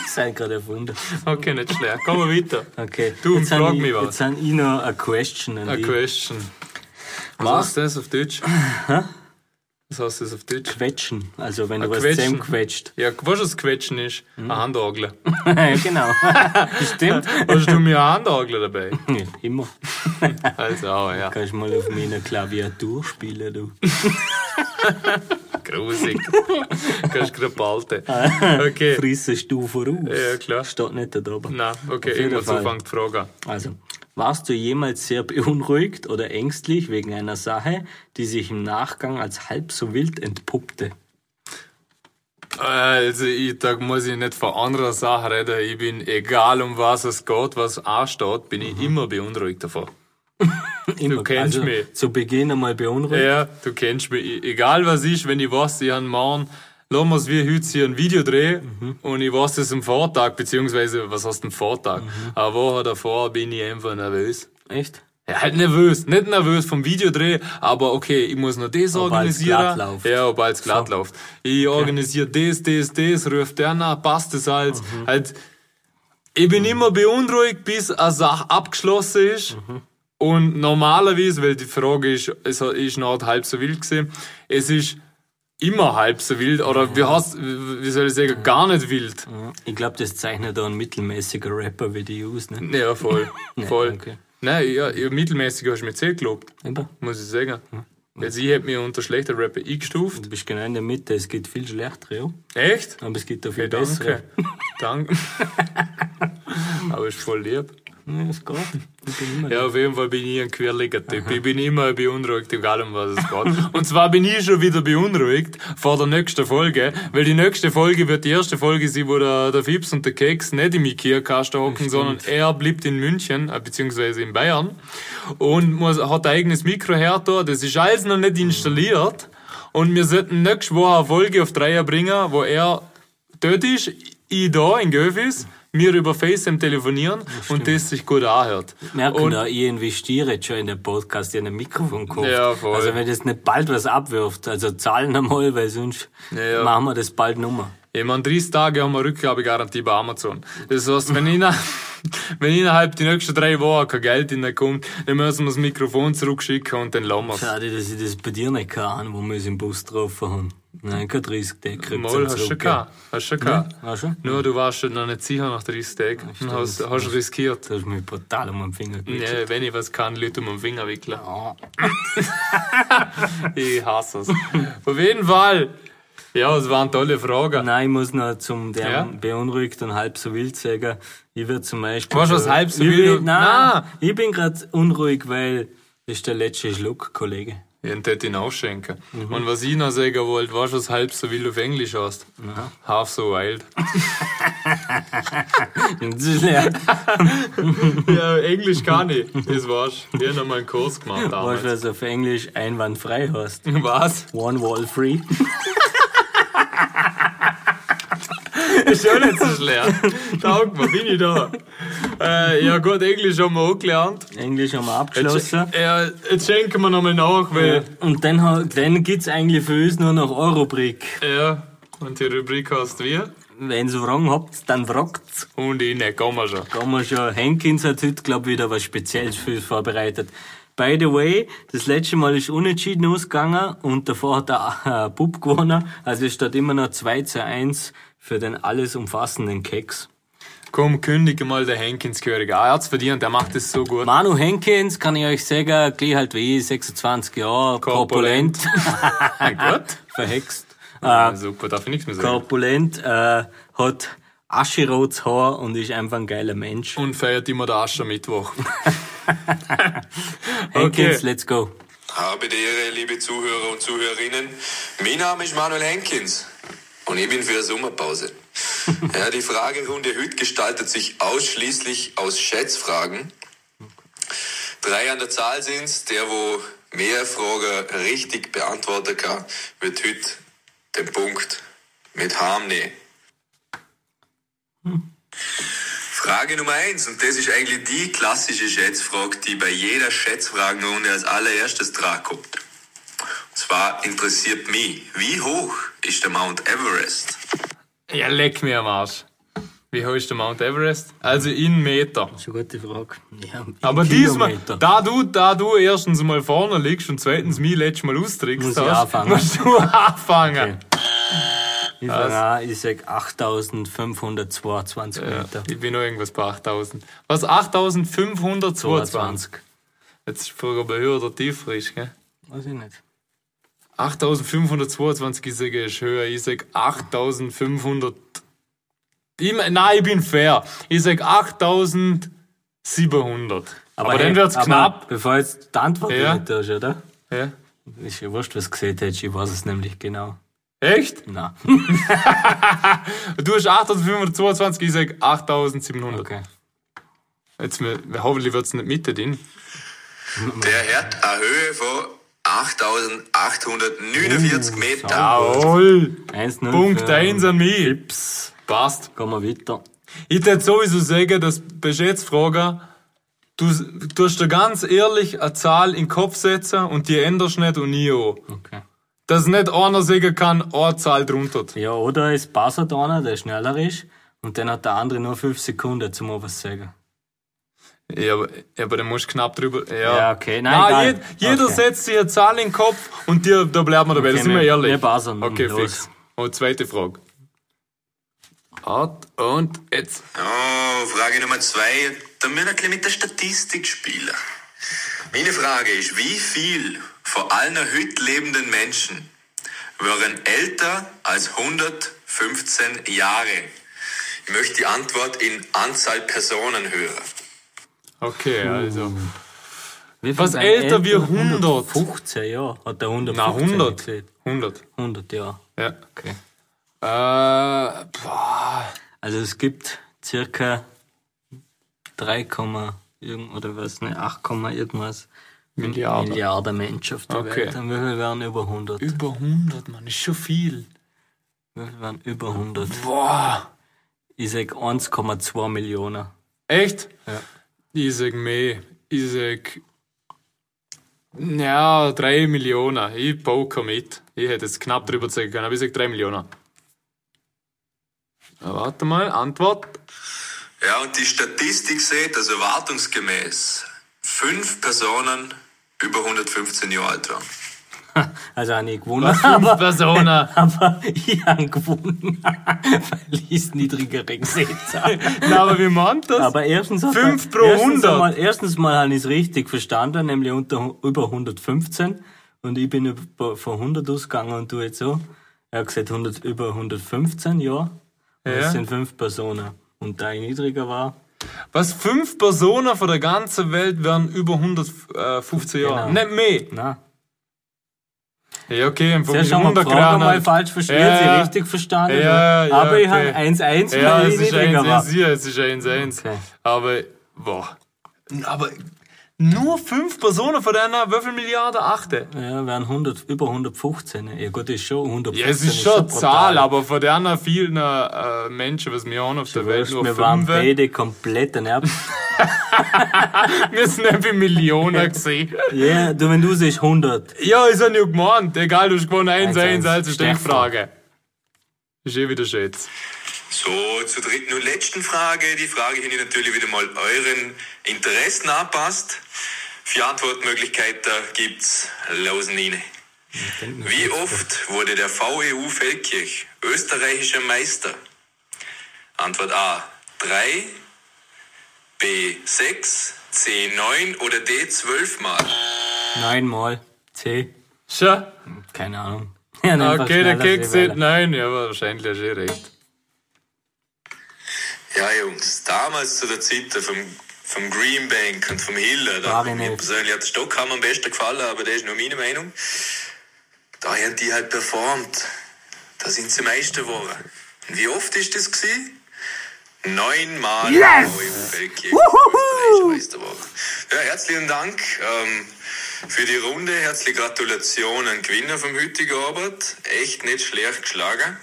[SPEAKER 2] Seid gerade erfunden.
[SPEAKER 3] okay, nicht schlecht. Komm mal weiter.
[SPEAKER 2] Okay.
[SPEAKER 3] Du,
[SPEAKER 2] jetzt hab
[SPEAKER 3] frag
[SPEAKER 2] ich-
[SPEAKER 3] mich was.
[SPEAKER 2] Jetzt sind ich noch eine Question an
[SPEAKER 3] A
[SPEAKER 2] dich.
[SPEAKER 3] question. Was heißt das auf Deutsch? Was heißt das auf Deutsch?
[SPEAKER 2] Quetschen. Also wenn
[SPEAKER 3] Ah,
[SPEAKER 2] du was
[SPEAKER 3] quetschen.
[SPEAKER 2] zusammenquetscht.
[SPEAKER 3] Ja, weißt du, was Quetschen ist? Ein Handagler.
[SPEAKER 2] ja, genau. Stimmt.
[SPEAKER 3] Hast du mir einen Handagler dabei?
[SPEAKER 2] Ja, immer.
[SPEAKER 3] Also, auch, ja.
[SPEAKER 2] Kannst mal auf meiner Klaviatur spielen, du.
[SPEAKER 3] Grusig. Kannst gerade behalten. Okay.
[SPEAKER 2] Frissest du voraus.
[SPEAKER 3] Ja, klar.
[SPEAKER 2] Steht nicht da drüber.
[SPEAKER 3] Na, okay,
[SPEAKER 2] jeden
[SPEAKER 3] irgendwann
[SPEAKER 2] Fall.
[SPEAKER 3] fängt die Frage an.
[SPEAKER 2] Also, warst du jemals sehr beunruhigt oder ängstlich wegen einer Sache, die sich im Nachgang als halb so wild entpuppte?
[SPEAKER 3] Also, ich, da muss ich nicht von anderer Sache reden. Ich bin, egal um was es geht, was ansteht, bin
[SPEAKER 2] Mhm.
[SPEAKER 3] ich immer beunruhigt davon.
[SPEAKER 2] Immer. also
[SPEAKER 3] kennst mich.
[SPEAKER 2] Zu Beginn einmal beunruhigt.
[SPEAKER 3] Ja, du kennst mich. E- Egal was ist, wenn ich weiß, ich habe morgen, lassen wir wir heute hier ein Video drehen
[SPEAKER 2] Mhm.
[SPEAKER 3] und ich weiß das am Vortag, beziehungsweise, was heißt am Vortag?
[SPEAKER 2] Mhm.
[SPEAKER 3] Eine Woche davor bin ich einfach nervös.
[SPEAKER 2] Echt?
[SPEAKER 3] Ja, halt nervös. Nicht nervös vom Videodreh, aber okay, ich muss noch das
[SPEAKER 2] Ob alles glatt
[SPEAKER 3] organisieren.
[SPEAKER 2] läuft.
[SPEAKER 3] Ja, ob alles glatt läuft. Ich organisiere das, das, das, ruft der nach, passt das alles.
[SPEAKER 2] Mhm.
[SPEAKER 3] Halt, ich bin immer beunruhigt, bis eine Sache abgeschlossen ist.
[SPEAKER 2] Mhm.
[SPEAKER 3] Und normalerweise, weil die Frage ist, es ist noch halb so wild gewesen, es ist immer halb so wild,
[SPEAKER 2] Mhm.
[SPEAKER 3] oder wie, heißt, wie soll ich sagen, gar nicht wild.
[SPEAKER 2] Ich glaube, das zeichnet auch ein mittelmäßiger Rapper wie die Us, ne?
[SPEAKER 3] Ja, voll, voll.
[SPEAKER 2] danke.
[SPEAKER 3] Nein, ja, ja, mittelmäßig hast du mir sehr gelobt
[SPEAKER 2] Immer.
[SPEAKER 3] muss ich sagen. Also ich hätte mich unter schlechter Rapper eingestuft.
[SPEAKER 2] Du bist genau in der Mitte, es gibt viel schlechtere, ja.
[SPEAKER 3] Echt?
[SPEAKER 2] aber es gibt auch
[SPEAKER 3] Ja,
[SPEAKER 2] viel bessere.
[SPEAKER 3] danke. danke. Aber ist voll lieb.
[SPEAKER 2] Ja, es geht. Ich bin immer
[SPEAKER 3] Ja, auf jeden Fall bin ich ein quirliger Typ. Ich bin immer beunruhigt, egal um was es geht. Und zwar bin ich schon wieder beunruhigt vor der nächsten Folge, weil die nächste Folge wird die erste Folge sein, wo der, der Fips und der Keks nicht im Ikea-Kasten hocken, sondern er bleibt in München, äh, beziehungsweise in Bayern, und muss, hat ein eigenes Mikro her, da. das ist alles noch nicht installiert. Und wir sollten nächste Woche eine Folge auf Dreier bringen, wo er dort ist, ich da in Göfis, wir über FaceTime telefonieren und das sich gut anhört.
[SPEAKER 2] merken
[SPEAKER 3] Und-
[SPEAKER 2] da, ich investiere jetzt schon in den Podcast, in ein Mikrofon gekauft.
[SPEAKER 3] Ja, voll.
[SPEAKER 2] Also wenn das nicht bald was abwirft, also zahlen einmal, weil sonst
[SPEAKER 3] ja.
[SPEAKER 2] machen wir das bald nimmer.
[SPEAKER 3] Eben an 30 Tage haben wir Rückgabegarantie bei Amazon. Das heißt, wenn, inner wenn innerhalb die nächsten drei Wochen kein Geld reinkommt, dann müssen wir das Mikrofon zurückschicken und dann lassen wir's.
[SPEAKER 2] Schade, dass ich das bei dir nicht kann, wo wir es im Bus getroffen haben. Nein, kein 30 Tage kriegt's
[SPEAKER 3] Mal
[SPEAKER 2] am
[SPEAKER 3] hast du schon
[SPEAKER 2] Zurück, Hm?
[SPEAKER 3] gehabt. Hast schon gehabt.
[SPEAKER 2] ja. Hast du?
[SPEAKER 3] Nur du warst schon noch nicht sicher nach 30 Tagen. und hast, hast riskiert.
[SPEAKER 2] Du hast mich brutal um den Finger gewischt.
[SPEAKER 3] Nee, wenn ich was kann, Leute um den Finger wickeln. ich hasse es. Auf jeden Fall. Ja, es waren tolle Fragen.
[SPEAKER 2] Nein, ich muss noch zum der
[SPEAKER 3] Ja?
[SPEAKER 2] beunruhigt und halb so wild sagen. Ich würde zum Beispiel.
[SPEAKER 3] Weißt du, was halb so
[SPEAKER 2] Ich
[SPEAKER 3] wild
[SPEAKER 2] bin-
[SPEAKER 3] und-
[SPEAKER 2] Nein,
[SPEAKER 3] Nein.
[SPEAKER 2] ich bin gerade unruhig, weil das ist der letzte Schluck, Kollege.
[SPEAKER 3] Ja, und dort ihn ausschenken. Und was ich noch sagen wollte, weißt du, was halb so wild auf Englisch heißt? Half so wild.
[SPEAKER 2] Das ist leer.
[SPEAKER 3] ja, Englisch kann ich. Das war's. Wir haben einmal einen Kurs gemacht
[SPEAKER 2] Weißt du,
[SPEAKER 3] damals.
[SPEAKER 2] was auf Englisch einwandfrei heißt?
[SPEAKER 3] Was?
[SPEAKER 2] One wall free.
[SPEAKER 3] Ist ja nicht so schlecht. Taugt mir, bin ich da. Äh, ja gut, Englisch haben wir auch gelernt.
[SPEAKER 2] Englisch haben wir
[SPEAKER 3] Jetzt,
[SPEAKER 2] abgeschlossen.
[SPEAKER 3] äh, jetzt schenken wir nochmal nach, weil...
[SPEAKER 2] Und dann, ha- dann gibt's eigentlich für uns nur noch Eurobrik.
[SPEAKER 3] Ja. Und die Rubrik heißt wir.
[SPEAKER 2] Wenn ihr Fragen habt, dann fragt's.
[SPEAKER 3] Und ich nicht, kommen wir schon.
[SPEAKER 2] Da haben wir schon. Henkins hat heute, glaube ich, wieder was Spezielles für uns vorbereitet. By the way, das letzte Mal ist unentschieden ausgegangen und davor hat der äh, Bub gewonnen. Also es steht immer noch 2 zu 1 für den alles umfassenden Keks.
[SPEAKER 3] Komm, kündige mal der Henkins Körig. Ah, er hat's verdient, er macht es so gut.
[SPEAKER 2] Manu Henkins, kann ich euch sagen, gleich halt wie ich, 26 Jahre, korpulent,
[SPEAKER 3] Korpulent. gut.
[SPEAKER 2] verhext.
[SPEAKER 3] Ah, super, darf ich nichts mehr sagen.
[SPEAKER 2] Korpulent, äh, hat ascherotes Haar und ist einfach ein geiler Mensch.
[SPEAKER 3] Und feiert immer der Ascher Mittwoch.
[SPEAKER 2] Henkins,
[SPEAKER 3] okay.
[SPEAKER 2] let's go.
[SPEAKER 5] Habe die Ehre, liebe Zuhörer und Zuhörerinnen. Mein Name ist Manuel Henkins und ich bin für eine Sommerpause. Ja, die Fragerunde heute gestaltet sich ausschließlich aus Schätzfragen. Drei an der Zahl sind Der, wo mehr Fragen richtig beantworten kann, wird heute den Punkt mit Harm nehmen. Frage Nummer eins und das ist eigentlich die klassische Schätzfrage, die bei jeder Schätzfragenrunde als allererstes dran kommt. Und zwar interessiert mich, wie hoch ist der Mount Everest?
[SPEAKER 3] Ja, leck mir am Arsch. Wie hoch ist der Mount Everest? Also in Meter.
[SPEAKER 2] Schon gute Frage. Ja, in
[SPEAKER 3] Aber diesmal,
[SPEAKER 2] Kilometer.
[SPEAKER 3] da du, da du erstens mal vorne liegst und zweitens mich letztes Mal austrickst,
[SPEAKER 2] Muss ich anfangen.
[SPEAKER 3] musst du anfangen.
[SPEAKER 2] Ich, sag, ich sag 8522
[SPEAKER 3] Ja,
[SPEAKER 2] Meter.
[SPEAKER 3] ich bin noch irgendwas bei 8000. Was? 8522?
[SPEAKER 2] 22.
[SPEAKER 3] Jetzt ist die Frage, ob er höher oder tiefer ist, gell?
[SPEAKER 2] Weiß ich nicht.
[SPEAKER 3] 8522 ich sage, ist höher. Ich sag 8500. Ich, mein- nein, ich bin fair. Ich sag 8700. Aber,
[SPEAKER 2] hey,
[SPEAKER 3] dann wird's
[SPEAKER 2] aber
[SPEAKER 3] knapp.
[SPEAKER 2] Bevor jetzt die Antwort
[SPEAKER 3] Ja.
[SPEAKER 2] nicht da ist, oder?
[SPEAKER 3] Ja.
[SPEAKER 2] Ist ja wurscht, was du gesehen hättest. Ich weiß es nämlich genau.
[SPEAKER 3] Echt?
[SPEAKER 2] Na,
[SPEAKER 3] Hm. Du hast 8522, ich sag 8700.
[SPEAKER 2] okay.
[SPEAKER 3] Jetzt, mir- hoffentlich wird's nicht Mitte drin.
[SPEAKER 5] Der hat eine Höhe von 8849 Meter.
[SPEAKER 3] Jawohl!
[SPEAKER 2] 1 0
[SPEAKER 3] Punkt
[SPEAKER 2] für-
[SPEAKER 3] 1 an mich. Passt.
[SPEAKER 2] Gehen wir weiter.
[SPEAKER 3] Ich würde sowieso sagen, dass bei Schätzfragen, du tust dir ganz ehrlich eine Zahl in den Kopf setzen und die änderst nicht und nie auch.
[SPEAKER 2] Okay.
[SPEAKER 3] Dass nicht einer sagen kann, oh, eine Zahl drunter.
[SPEAKER 2] Ja, oder es passt halt einer, der schneller ist, und dann hat der andere nur 5 Sekunden, zum mal was zu sagen.
[SPEAKER 3] Ja, aber, ja, aber dann musst du knapp drüber. Ja,
[SPEAKER 2] Ja, okay, nein, egal.
[SPEAKER 3] jed- jeder
[SPEAKER 2] Okay.
[SPEAKER 3] setzt sich eine Zahl in den Kopf und die, da bleiben wir dabei,
[SPEAKER 2] Okay,
[SPEAKER 3] das sind wir
[SPEAKER 2] wir-
[SPEAKER 3] ehrlich.
[SPEAKER 2] wir passen.
[SPEAKER 3] Okay,
[SPEAKER 2] Los.
[SPEAKER 3] fix. Und zweite Frage. Art und jetzt.
[SPEAKER 5] Oh, Frage Nummer zwei. Da müssen wir ein bisschen mit der Statistik spielen. Meine Frage ist, wie viel von allen heute lebenden Menschen wären älter als 115 Jahre? Ich möchte die Antwort in Anzahl Personen hören.
[SPEAKER 3] Okay, also.
[SPEAKER 2] Wie viel
[SPEAKER 3] Was
[SPEAKER 2] sind
[SPEAKER 3] älter wie 100?
[SPEAKER 2] 115, ja. Hat der 100
[SPEAKER 3] Na, 100. 100.
[SPEAKER 2] 100, ja.
[SPEAKER 3] Ja.
[SPEAKER 2] Okay.
[SPEAKER 3] Äh, boah.
[SPEAKER 2] Also es gibt circa 3, irgend- oder was, ne, 8, irgendwas
[SPEAKER 3] Milliarden.
[SPEAKER 2] Milliarden Menschen auf der
[SPEAKER 3] Okay.
[SPEAKER 2] Welt. Und wie viele wären über 100? Wie
[SPEAKER 3] Über 100, Mann, ist schon viel.
[SPEAKER 2] viele wären über 100?
[SPEAKER 3] Boah.
[SPEAKER 2] Ich sag 1,2 Millionen.
[SPEAKER 3] Echt?
[SPEAKER 2] Ja.
[SPEAKER 3] Ich sag mehr. Ich sag. Ja, 3 Millionen. Ich poker mit. Ich hätte es knapp drüber sagen können, aber ich sag 3 Millionen. Na, Warte mal, Antwort.
[SPEAKER 5] Ja, und die Statistik sieht, dass erwartungsgemäß fünf Personen über 115 Jahre alt waren.
[SPEAKER 2] Also auch nicht gewonnen.
[SPEAKER 3] Fünf Personen.
[SPEAKER 2] Aber ich habe gewonnen, weil ich es niedriger gesehen habe.
[SPEAKER 3] Na, aber wie meint das?
[SPEAKER 2] Aber erstens hat
[SPEAKER 3] Fünf
[SPEAKER 2] er-
[SPEAKER 3] pro
[SPEAKER 2] erstens
[SPEAKER 3] 100.
[SPEAKER 2] Mal, erstens mal habe ich es richtig verstanden, nämlich unter, über 115. Und ich bin über, von 100 ausgegangen und du jetzt so. Er hat gesagt 100, über 115, ja. Und
[SPEAKER 3] Ja.
[SPEAKER 2] es sind fünf Personen. Und da ich niedriger war,
[SPEAKER 3] Was? Fünf Personen von der ganzen Welt wären über 115 Jahre.
[SPEAKER 2] Genau.
[SPEAKER 3] Nicht
[SPEAKER 2] na.
[SPEAKER 3] mehr. Ja, okay, im
[SPEAKER 2] Zuerst haben wir die Frage
[SPEAKER 3] halt.
[SPEAKER 2] mal falsch verstanden, sie richtig verstanden.
[SPEAKER 3] Ja, ja,
[SPEAKER 2] aber ich
[SPEAKER 3] okay.
[SPEAKER 2] habe 1-1, weil
[SPEAKER 3] Ja,
[SPEAKER 2] ich
[SPEAKER 3] es ist
[SPEAKER 2] niedriger
[SPEAKER 3] eins,
[SPEAKER 2] war.
[SPEAKER 3] eins, ja, es ist eins, eins.
[SPEAKER 2] Okay.
[SPEAKER 3] Aber, boah. Aber nur fünf Personen von deiner Würfelmilliarde achte.
[SPEAKER 2] Ja, wären 100, über 115. Ja gut, ist schon 115.
[SPEAKER 3] Ja, es ist schon eine Zahl,
[SPEAKER 2] brutal.
[SPEAKER 3] aber von deiner vielen äh, Menschen, was wir haben auf der Welt,
[SPEAKER 2] Wurscht,
[SPEAKER 3] nur
[SPEAKER 2] wir waren
[SPEAKER 3] fünf.
[SPEAKER 2] beide komplett daneben.
[SPEAKER 3] Wir sind nicht wie Millionen gesehen.
[SPEAKER 2] Ja, du, wenn du siehst 100.
[SPEAKER 3] Ja, ist ja nicht gemeint. Egal, du hast gewonnen. eins
[SPEAKER 2] Eins,
[SPEAKER 3] eins
[SPEAKER 2] eins.
[SPEAKER 3] also
[SPEAKER 2] Stefan.
[SPEAKER 3] Stichfrage. Ist eh wieder Schätz.
[SPEAKER 5] So, zur dritten und letzten Frage. Die Frage, die natürlich wieder mal euren Interessen anpasst. Vier Antwortmöglichkeiten gibt's. Lausenine. Wie oft wurde der VEU Feldkirch österreichischer Meister? Antwort A. 3, B. 6, C. 9 oder D. 12 Mal.
[SPEAKER 2] Neunmal. C.
[SPEAKER 3] Schau.
[SPEAKER 2] Keine Ahnung. Ja, nimm einfach
[SPEAKER 3] Ah, Okay, der
[SPEAKER 2] schneller,
[SPEAKER 3] Keks
[SPEAKER 2] Seeweile.
[SPEAKER 3] sieht nein, ja, aber wahrscheinlich hast du eh recht.
[SPEAKER 5] Ja, Jungs, damals zu der Zeit vom, vom Green Bank und vom Hiller, da
[SPEAKER 2] War ich
[SPEAKER 5] mir
[SPEAKER 2] nicht.
[SPEAKER 5] persönlich hat der Stockhammer am besten gefallen, aber das ist nur meine Meinung. Da haben die halt performt. Da sind sie Meister geworden. Und wie oft ist das gewesen? Neunmal yes! Meister geworden. Ja, herzlichen Dank ähm, für die Runde. Herzliche Gratulation an Gewinner vom heutigen Abend. Echt nicht schlecht geschlagen.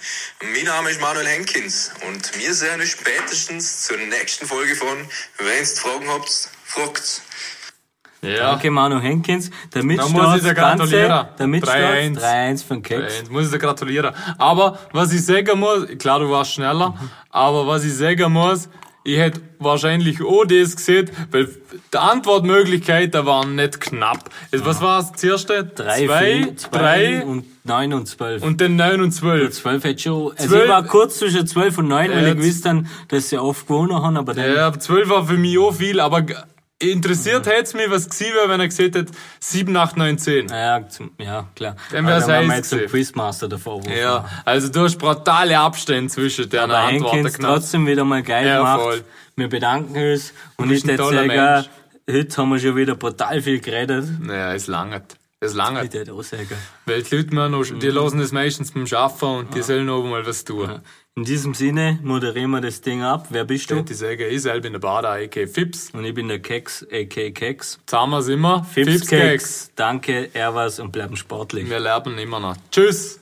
[SPEAKER 5] Mein Name ist Manuel Henkins und wir sehen uns spätestens zur nächsten Folge von Wenn's Fragen habt, fragt's.
[SPEAKER 3] Ja,
[SPEAKER 2] Danke, Manu Henkins. Damit
[SPEAKER 3] Da muss
[SPEAKER 2] steht's
[SPEAKER 3] ich dir gratulieren.
[SPEAKER 2] Ganze, damit
[SPEAKER 3] 3-1.
[SPEAKER 2] steht's 3-1 von Keks.
[SPEAKER 3] Jetzt muss ich dir gratulieren. Aber was ich sagen muss, klar, du warst schneller, aber was ich sagen muss, ich hätte wahrscheinlich auch das gesehen, weil die Antwortmöglichkeiten waren nicht knapp. Jetzt, was war das erste?
[SPEAKER 2] Drei,
[SPEAKER 3] zwei,
[SPEAKER 2] vier, zwei
[SPEAKER 3] drei und,
[SPEAKER 2] und neun und zwölf.
[SPEAKER 3] dann neun und zwölf.
[SPEAKER 2] zwölf hätte schon. Also
[SPEAKER 3] Zwölf-
[SPEAKER 2] ich war kurz zwischen zwölf und neun, weil
[SPEAKER 3] Ja,
[SPEAKER 2] ich gewusst habe, dass sie oft gewonnen haben, aber dann
[SPEAKER 3] Ja, zwölf war für mich auch viel, aber g-
[SPEAKER 2] Mhm.
[SPEAKER 3] interessiert hätte es mich, was gewesen wäre, wenn er gesehen hätte, sieben, acht, neun, zehn.
[SPEAKER 2] Ja, zum, ja klar.
[SPEAKER 3] Dann
[SPEAKER 2] Aber
[SPEAKER 3] wär's
[SPEAKER 2] haben wir
[SPEAKER 3] heiß
[SPEAKER 2] jetzt einen
[SPEAKER 3] gewesen.
[SPEAKER 2] Quizmaster davor.
[SPEAKER 3] Ja, also du hast brutale Abstände zwischen den
[SPEAKER 2] Aber
[SPEAKER 3] Antworten
[SPEAKER 2] Henkins
[SPEAKER 3] genommen.
[SPEAKER 2] trotzdem wieder mal geil
[SPEAKER 3] Ja,
[SPEAKER 2] gemacht.
[SPEAKER 3] voll.
[SPEAKER 2] Wir bedanken uns. Und ich
[SPEAKER 3] bist ein
[SPEAKER 2] würde
[SPEAKER 3] toller
[SPEAKER 2] sagen, heute haben wir schon wieder brutal viel geredet.
[SPEAKER 3] Naja, es langert. Es langert.
[SPEAKER 2] Ich würde auch sagen.
[SPEAKER 3] Weil die Leute mir noch, die hören das meistens beim Schaffen und die sollen noch mal was tun.
[SPEAKER 2] In diesem Sinne moderieren wir das Ding ab. Wer bist du?
[SPEAKER 3] Die sagen, ich selber in der Bade, a.k. Fips.
[SPEAKER 2] Und ich bin der Keks, a.k. Keks.
[SPEAKER 3] Zusammen sind wir.
[SPEAKER 2] Fips
[SPEAKER 3] Fips-Keks.
[SPEAKER 2] Keks. Danke, er was und bleiben sportlich.
[SPEAKER 3] Wir lernen immer noch. Tschüss.